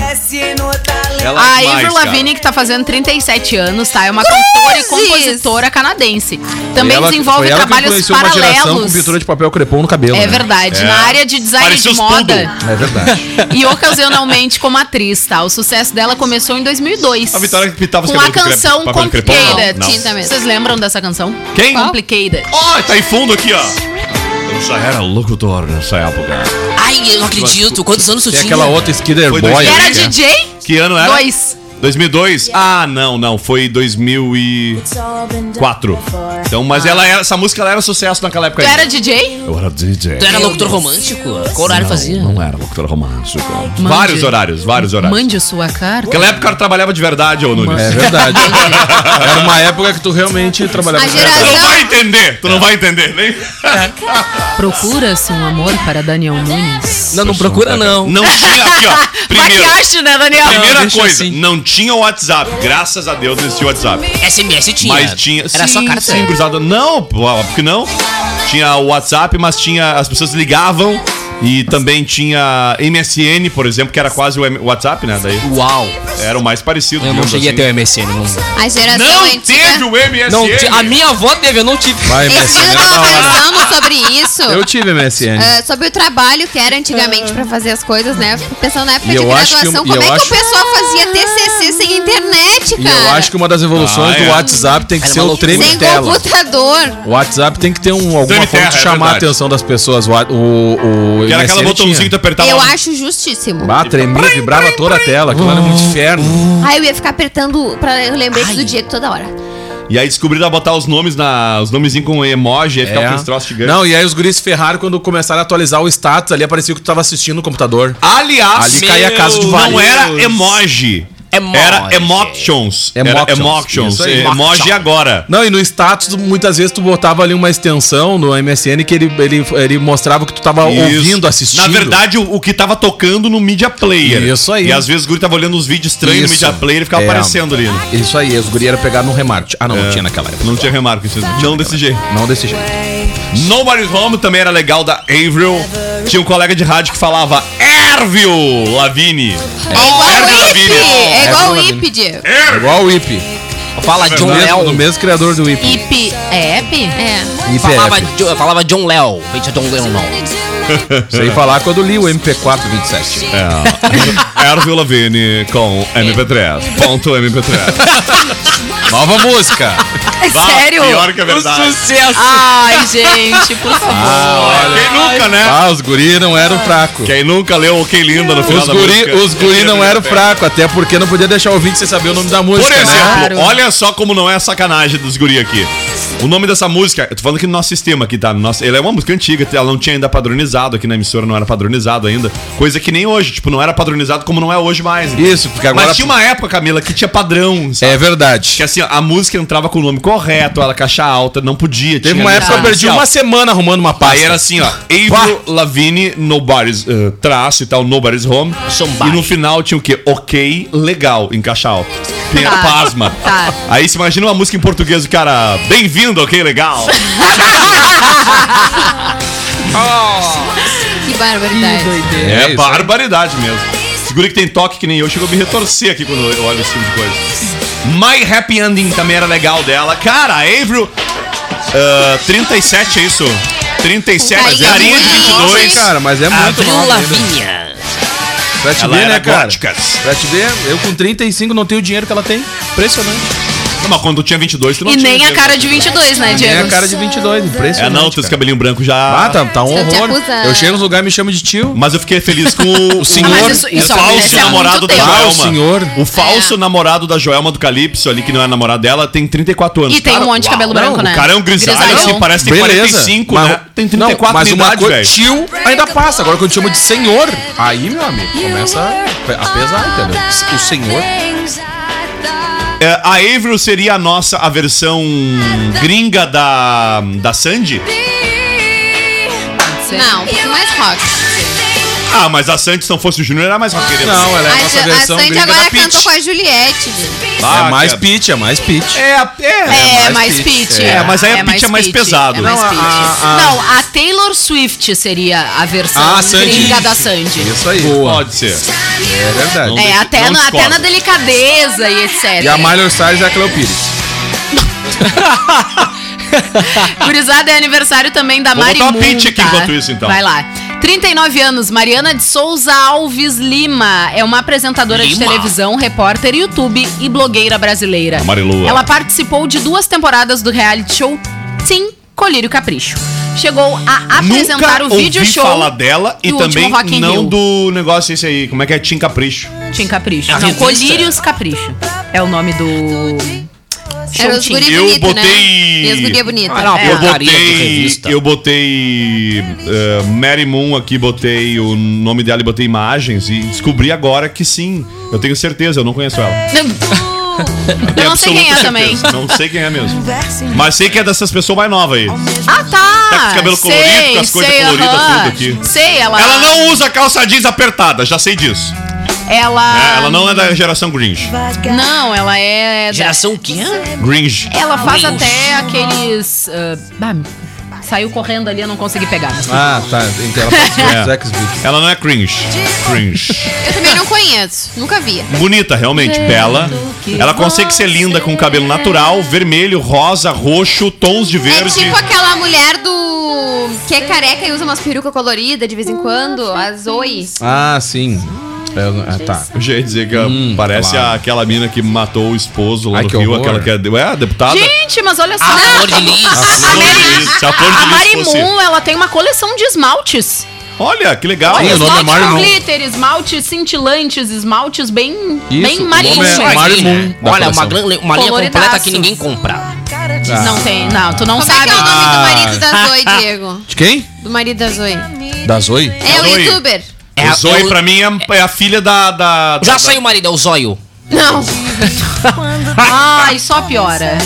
Speaker 4: Ela
Speaker 9: A
Speaker 4: é
Speaker 9: Avril
Speaker 4: mais, cara.
Speaker 9: Lavigne, que tá fazendo 37 anos, tá? É uma cantora e compositora canadense. Também
Speaker 5: E ela-
Speaker 9: desenvolve
Speaker 5: foi ela que
Speaker 9: trabalhos
Speaker 5: influenciou uma geração com
Speaker 9: paralelos.
Speaker 5: pintura de papel crepom no cabelo.
Speaker 9: É
Speaker 5: né?
Speaker 9: verdade. Na área de design
Speaker 4: Parecia os
Speaker 9: de moda.
Speaker 4: tudo.
Speaker 5: É verdade.
Speaker 9: E ocasionalmente como atriz, tá? O sucesso dela começou em 2002.
Speaker 4: A Vitória que pintava os
Speaker 9: Com a
Speaker 4: cabelos de crepe-
Speaker 9: canção
Speaker 4: papel de crepom, não?
Speaker 9: Complicated.
Speaker 4: Não.
Speaker 11: Tinta mesmo.
Speaker 9: Vocês lembram dessa canção?
Speaker 4: Quem?
Speaker 9: Complicated.
Speaker 4: Ó, tá em fundo aqui, ó. Eu já era locutor nessa época.
Speaker 6: Ai, eu não acredito. Quantos anos tu
Speaker 5: Tem
Speaker 6: tinha?
Speaker 5: aquela outra Skider
Speaker 4: Foi
Speaker 5: Boy.
Speaker 9: E
Speaker 4: dois
Speaker 9: era
Speaker 4: mil,
Speaker 5: né?
Speaker 9: DJ?
Speaker 4: Que ano era?
Speaker 9: Dois.
Speaker 4: 2002? Ah, não, não. Foi 2004. Então, mas ela era, essa música ela era sucesso naquela época.
Speaker 9: Tu
Speaker 4: ainda.
Speaker 9: era DJ?
Speaker 4: Eu era DJ.
Speaker 6: Tu era locutor romântico? Qual horário fazia?
Speaker 4: Não era locutor romântico. Vários horários, vários horários.
Speaker 9: Mande sua carta.
Speaker 4: Naquela época ela trabalhava de verdade, ô Nunes.
Speaker 5: É verdade. Era uma época que tu realmente trabalhava.
Speaker 11: A
Speaker 5: com ela.
Speaker 4: Tu não vai
Speaker 11: geração.
Speaker 4: entender,
Speaker 5: É.
Speaker 4: tu não vai entender, nem.
Speaker 6: É.
Speaker 9: Procura-se um amor para Daniel Nunes.
Speaker 6: Não, não procura não.
Speaker 4: Não tinha aqui, ó. Primeiro,
Speaker 9: Maquiagem, né, Daniel?
Speaker 4: primeira
Speaker 5: deixa
Speaker 4: coisa,
Speaker 5: assim.
Speaker 4: não tinha o WhatsApp. Graças a Deus não existia o WhatsApp.
Speaker 6: SMS tinha.
Speaker 4: Mas tinha.
Speaker 6: Era só carta.
Speaker 4: Sim, gurizada. Não, pô, óbvio que não. Tinha o WhatsApp, mas tinha. As pessoas ligavam. E também tinha MSN, por exemplo, que era quase o M- WhatsApp, né? Daí
Speaker 6: Uau.
Speaker 4: era o mais parecido.
Speaker 6: Eu não
Speaker 4: digamos
Speaker 6: cheguei a
Speaker 4: assim.
Speaker 6: ter o MSN. Não,
Speaker 11: A geração
Speaker 4: Não teve
Speaker 11: antiga.
Speaker 4: o MSN!
Speaker 6: não ti- a minha avó teve, eu não tive.
Speaker 5: Vai,
Speaker 11: Esse é dia eu
Speaker 5: MSN.
Speaker 11: tava pensando sobre isso.
Speaker 5: Eu tive MSN.
Speaker 11: ah, sobre o trabalho que era antigamente pra fazer as coisas, né? Eu fico Pensando na época
Speaker 5: E
Speaker 11: de
Speaker 5: eu acho que-
Speaker 11: graduação,
Speaker 5: e
Speaker 11: como
Speaker 5: eu
Speaker 11: é que
Speaker 5: acho-
Speaker 11: o pessoal fazia TCC sem internet,
Speaker 5: E
Speaker 11: cara?
Speaker 5: eu acho que uma das evoluções
Speaker 4: Ah,
Speaker 5: do
Speaker 4: é.
Speaker 5: WhatsApp tem que
Speaker 6: Era
Speaker 5: ser
Speaker 6: uma
Speaker 5: o
Speaker 6: loucura.
Speaker 5: treme
Speaker 11: Sem
Speaker 5: tela.
Speaker 11: computador.
Speaker 5: O WhatsApp tem que ter um, alguma
Speaker 4: Treme
Speaker 5: forma
Speaker 4: terra,
Speaker 5: de
Speaker 4: é
Speaker 5: chamar a
Speaker 4: verdade.
Speaker 5: atenção das pessoas. O, o, o
Speaker 4: Que era aquela
Speaker 5: MSN
Speaker 4: botãozinho que tu
Speaker 5: tinha.
Speaker 4: apertava.
Speaker 11: eu
Speaker 4: lá.
Speaker 11: acho justíssimo.
Speaker 5: Ah, tremia, vibrava toda a tela. Aquilo era
Speaker 4: Uhum.
Speaker 5: muito inferno.
Speaker 11: Ah, eu ia ficar apertando pra lembrar do Diego toda hora.
Speaker 4: E aí descobriram a botar os nomes na. Os nomezinhos com emoji, aí ficava com os troços gigantes.
Speaker 5: É. Não, e aí os guris se ferraram quando começaram a atualizar o status ali, aparecia que tu tava assistindo no computador.
Speaker 4: Aliás,
Speaker 5: Ali caía a casa de
Speaker 4: não
Speaker 5: vários.
Speaker 4: era emoji.
Speaker 6: Emoji.
Speaker 4: Era emotions. Era
Speaker 5: Emotions.
Speaker 4: emotions.
Speaker 5: Isso aí.
Speaker 4: Emoji agora.
Speaker 5: Não, e no status, muitas vezes tu botava ali uma extensão no MSN que ele, ele, ele mostrava que tu tava
Speaker 4: Isso.
Speaker 5: Tá ouvindo, assistindo.
Speaker 4: Na verdade, o, o que tava tocando no Media Player.
Speaker 5: Isso aí.
Speaker 4: E às vezes o Guri tava olhando uns vídeos estranhos
Speaker 5: Isso.
Speaker 4: no Media Player e ficava
Speaker 5: É.
Speaker 4: aparecendo ali. né? É.
Speaker 5: Isso aí, os guri eram pegar no remarketing. Ah, não, não tinha naquela época.
Speaker 4: Não tinha remarca, isso não desse jeito.
Speaker 5: Não desse jeito.
Speaker 4: Nobody's Home também era legal da Avril. Tinha um colega de rádio que falava Ervil Lavigne.
Speaker 11: É igual
Speaker 4: Ervil
Speaker 11: o IP! É igual o
Speaker 5: Ervil
Speaker 11: IP, Diego.
Speaker 5: Igual o IP.
Speaker 6: Fala John
Speaker 5: mesmo, do
Speaker 6: Léo.
Speaker 5: mesmo criador do IP.
Speaker 11: IP. É IP? É.
Speaker 5: IP
Speaker 6: Falava,
Speaker 5: é.
Speaker 6: Jo- falava John Léo. Veja John Léo, não.
Speaker 5: Sem falar quando li o MP427.
Speaker 4: É. Ervil Lavigne com MP3. Ponto MP3.
Speaker 5: Nova música.
Speaker 9: É sério?
Speaker 4: Pior que Ah. é verdade.
Speaker 6: Sucesso!
Speaker 9: Ai, gente, por favor.
Speaker 4: Quem nunca, né?
Speaker 5: Ah, os guri não eram fraco.
Speaker 4: Quem nunca leu o Que Linda no final
Speaker 5: Os
Speaker 4: da
Speaker 5: guri,
Speaker 4: música?
Speaker 5: os guri não eram fraco, até porque não podia deixar o ouvinte sem saber o nome da música,
Speaker 4: Por exemplo,
Speaker 5: né?
Speaker 4: olha só como não é a sacanagem dos guri aqui. O nome dessa música, eu tô falando aqui no nosso sistema aqui, tá? No nosso, ela é uma música antiga, ela não tinha ainda padronizado aqui na emissora, não era padronizado ainda. Coisa que nem hoje, tipo, não era padronizado como não é hoje mais. entendeu?
Speaker 5: Isso, porque agora...
Speaker 4: Mas tinha uma época, Camila, que tinha padrão, sabe?
Speaker 5: É verdade.
Speaker 4: Que assim, ó, a música entrava com o nome correto, ela caixa alta, não podia.
Speaker 5: Teve
Speaker 4: tinha
Speaker 5: uma época que eu perdi
Speaker 4: inicial.
Speaker 5: uma semana arrumando uma pasta.
Speaker 4: Aí era assim, ó. Avril Lavigne, Nobody's eh, traço e tal, Nobody's Home.
Speaker 6: Somebody.
Speaker 4: E no final tinha o quê? Ok, legal, em caixa alta. Pinha
Speaker 9: Tá.
Speaker 4: pasma.
Speaker 9: Tá.
Speaker 4: Aí você imagina uma música em português, o cara. Bem-vindo, ok, legal.
Speaker 11: Que barbaridade.
Speaker 4: É,
Speaker 5: isso.
Speaker 4: barbaridade mesmo. Segura que tem toque que nem eu, chegou a me retorcer aqui quando eu olho esse tipo de coisa. My Happy Ending também era legal dela. Cara, a Avril. ah, 37 é isso? 37,
Speaker 9: Tá
Speaker 11: Mas é
Speaker 4: carinha de
Speaker 11: muito
Speaker 4: 22.
Speaker 5: Nossa, cara, mas é muito
Speaker 6: Abril
Speaker 5: nova ainda.
Speaker 6: Lavinha.
Speaker 5: Pra te
Speaker 4: Ela
Speaker 5: ver, né,
Speaker 4: era
Speaker 5: cara?
Speaker 4: góticas.
Speaker 5: Pra te ver, eu com 35 não tenho o dinheiro que ela tem. Impressionante.
Speaker 4: Não, mas quando tu tinha 22, tu não
Speaker 9: E
Speaker 4: tinha.
Speaker 9: nem a
Speaker 4: dinheiro.
Speaker 9: cara de 22, né,
Speaker 5: Tem a
Speaker 9: Diego?
Speaker 5: cara de 22,
Speaker 4: É,
Speaker 5: impressionante.
Speaker 4: não, teus
Speaker 5: cara.
Speaker 4: cabelinho branco já.
Speaker 5: Ah, tá, tá um
Speaker 11: Tô te
Speaker 5: horror.
Speaker 11: acusando.
Speaker 5: Eu chego nos lugares e me chamam de tio.
Speaker 4: Mas eu fiquei feliz com o,
Speaker 5: senhor-
Speaker 4: o,
Speaker 9: Ah, isso- isso
Speaker 4: o
Speaker 9: acontece
Speaker 4: falso
Speaker 9: há
Speaker 4: namorado
Speaker 9: muito
Speaker 4: da
Speaker 9: tempo. É.
Speaker 4: Joelma.
Speaker 5: Ah, o senhor.
Speaker 4: O falso namorado da Joelma do Calypso ali, que não é namorado dela, tem 34 anos.
Speaker 9: E tem
Speaker 4: Cara,
Speaker 9: um monte de cabelo branco, né?
Speaker 4: O cara é um grisalho, assim, parece que tem 45,
Speaker 5: mas,
Speaker 4: né? Tem 34
Speaker 5: não, mas
Speaker 4: na
Speaker 5: uma
Speaker 4: idade,
Speaker 5: coisa,
Speaker 4: velho.
Speaker 5: tio ainda passa. Agora quando eu te chamo de senhor, aí, meu amigo, começa a a pesar, entendeu? O senhor.
Speaker 4: É, a Avril seria a nossa, a versão gringa da, da Sandy?
Speaker 11: Não, um pouco mais rock.
Speaker 4: Ah, mas a Sandy, se não fosse o Júnior, era mais roqueira.
Speaker 5: Não, ela é a
Speaker 11: A,
Speaker 5: nossa
Speaker 11: Ju- a
Speaker 5: versão
Speaker 11: Sandy
Speaker 5: gringa
Speaker 11: agora
Speaker 5: da Peach.
Speaker 11: cantou com a Juliette, gente.
Speaker 4: Ah,
Speaker 5: É mais
Speaker 4: cara.
Speaker 5: Peach, é mais Peach.
Speaker 4: É, é.
Speaker 9: É,
Speaker 5: É mais
Speaker 9: mais
Speaker 5: pitch.
Speaker 9: pitch.
Speaker 4: É, mas aí a pitch é mais
Speaker 9: pitch.
Speaker 4: pesado.
Speaker 9: É mais
Speaker 5: Não, a-
Speaker 9: pitch.
Speaker 5: a-
Speaker 9: Não, a Taylor Swift seria a versão
Speaker 5: Ah, Sandy.
Speaker 9: gringa da Sandy.
Speaker 5: Isso aí.
Speaker 4: Pode ser.
Speaker 5: É verdade.
Speaker 4: Não
Speaker 9: É,
Speaker 4: deixa-
Speaker 9: até,
Speaker 4: não
Speaker 9: na, até
Speaker 4: discordo.
Speaker 9: na delicadeza e etc.
Speaker 5: E a Miley Cyrus é a Cleo Pires.
Speaker 9: Gurizada é aniversário também da
Speaker 4: Vou
Speaker 9: Mari
Speaker 4: botar uma
Speaker 9: Moon,
Speaker 4: pitch aqui
Speaker 9: tá?
Speaker 4: enquanto isso, então.
Speaker 9: Vai lá. 39 anos, Mariana de Souza Alves Lima. É uma apresentadora de
Speaker 6: Lima.
Speaker 9: televisão, repórter, YouTube e blogueira brasileira.
Speaker 4: Marilua.
Speaker 9: Ela participou de duas temporadas do reality show Sim, Colírio Capricho. Chegou a apresentar
Speaker 4: Nunca
Speaker 9: o vídeo
Speaker 4: ouvi
Speaker 9: show
Speaker 4: falar dela e
Speaker 9: do último
Speaker 4: também
Speaker 9: Rock in
Speaker 4: não
Speaker 9: Rio.
Speaker 4: do negócio esse aí, como é que é? Tim Capricho.
Speaker 9: Tim Capricho.
Speaker 6: É a
Speaker 9: Não,
Speaker 6: revista.
Speaker 9: Colírios Capricho. É o nome do... show
Speaker 11: Era os
Speaker 9: Tim.
Speaker 11: guri
Speaker 4: Eu
Speaker 11: bonito,
Speaker 4: botei-
Speaker 11: né? E as guria bonita.
Speaker 6: Era uma
Speaker 9: É.
Speaker 4: Eu
Speaker 6: porcaria de
Speaker 4: botei.
Speaker 6: revista.
Speaker 4: Eu botei. eh, Mary Moon aqui, botei o nome dela e botei imagens. E descobri agora que sim. Eu tenho certeza, eu não conheço ela.
Speaker 9: Eu
Speaker 4: Tenho
Speaker 9: não sei
Speaker 4: absoluta
Speaker 9: quem é também.
Speaker 4: certeza. Não sei quem é mesmo. Mas sei que é dessas pessoas mais novas aí.
Speaker 9: Ah, tá.
Speaker 4: Tá com os cabelos coloridos, com as coisas coloridas,
Speaker 9: aham.
Speaker 4: tudo aqui.
Speaker 9: Sei, ela...
Speaker 4: Ela não usa calça jeans apertada, já sei disso.
Speaker 9: Ela...
Speaker 4: É, ela não é da geração Gringe.
Speaker 9: Não, ela é... da-
Speaker 6: Geração quê?
Speaker 4: Gringe.
Speaker 9: Ela faz
Speaker 6: Grinch.
Speaker 9: até aqueles... ah, bah, saiu correndo ali, eu não consegui pegar. mas-
Speaker 5: Ah, tá. Então ela faz
Speaker 4: É.
Speaker 5: os X-Videos.
Speaker 4: Ela não é cringe. Cringe.
Speaker 11: Eu também não conheço. Nunca vi.
Speaker 4: Bonita, realmente, bela. Ela consegue ser linda com cabelo natural, vermelho, rosa, roxo, tons de
Speaker 11: É
Speaker 4: verde.
Speaker 11: tipo aquela mulher do. que é careca e usa umas perucas coloridas de vez em quando. A Zoe.
Speaker 5: Ah, sim. Eu- ah, tá.
Speaker 4: Eu já ia dizer que parece
Speaker 5: claro.
Speaker 4: a- aquela mina que matou o esposo lá
Speaker 5: Ai,
Speaker 4: no
Speaker 5: que
Speaker 4: Rio,
Speaker 5: horror.
Speaker 4: aquela que é, de- é a deputada. é
Speaker 9: Gente, mas olha só. Ah,
Speaker 6: A Ah, Flor de Lis.
Speaker 4: Flor de Lis, se a Flor Ah, tá, de
Speaker 9: A
Speaker 4: Lis
Speaker 9: Mari
Speaker 4: fosse-
Speaker 9: Moon, ela tem uma coleção de esmaltes.
Speaker 4: Olha, que legal.
Speaker 5: Sim, o nome é Mari
Speaker 9: com
Speaker 5: Moon.
Speaker 9: glitter, esmaltes cintilantes, esmaltes bem,
Speaker 5: Isso,
Speaker 9: bem
Speaker 5: o nome
Speaker 9: marinhos.
Speaker 5: é Mari Moon, da
Speaker 6: Olha, uma,
Speaker 5: coleção.
Speaker 6: gran- uma linha completa
Speaker 9: Coloridaço.
Speaker 6: que ninguém compra.
Speaker 5: Ah.
Speaker 9: Não tem, não, tu não
Speaker 11: Como é
Speaker 9: sabe.
Speaker 11: que
Speaker 4: Ah.
Speaker 11: é o nome do marido da Zoe, Diego?
Speaker 5: De quem?
Speaker 11: Do marido da Zoe.
Speaker 5: Da Zoe?
Speaker 11: É o
Speaker 4: Zoe.
Speaker 11: youtuber.
Speaker 6: É a-
Speaker 4: Zoe,
Speaker 6: é o-
Speaker 4: pra mim, é, é a filha da. da, da
Speaker 6: Já
Speaker 4: da-
Speaker 6: saiu o marido, é o Zóio.
Speaker 9: Não. Ai, só piora.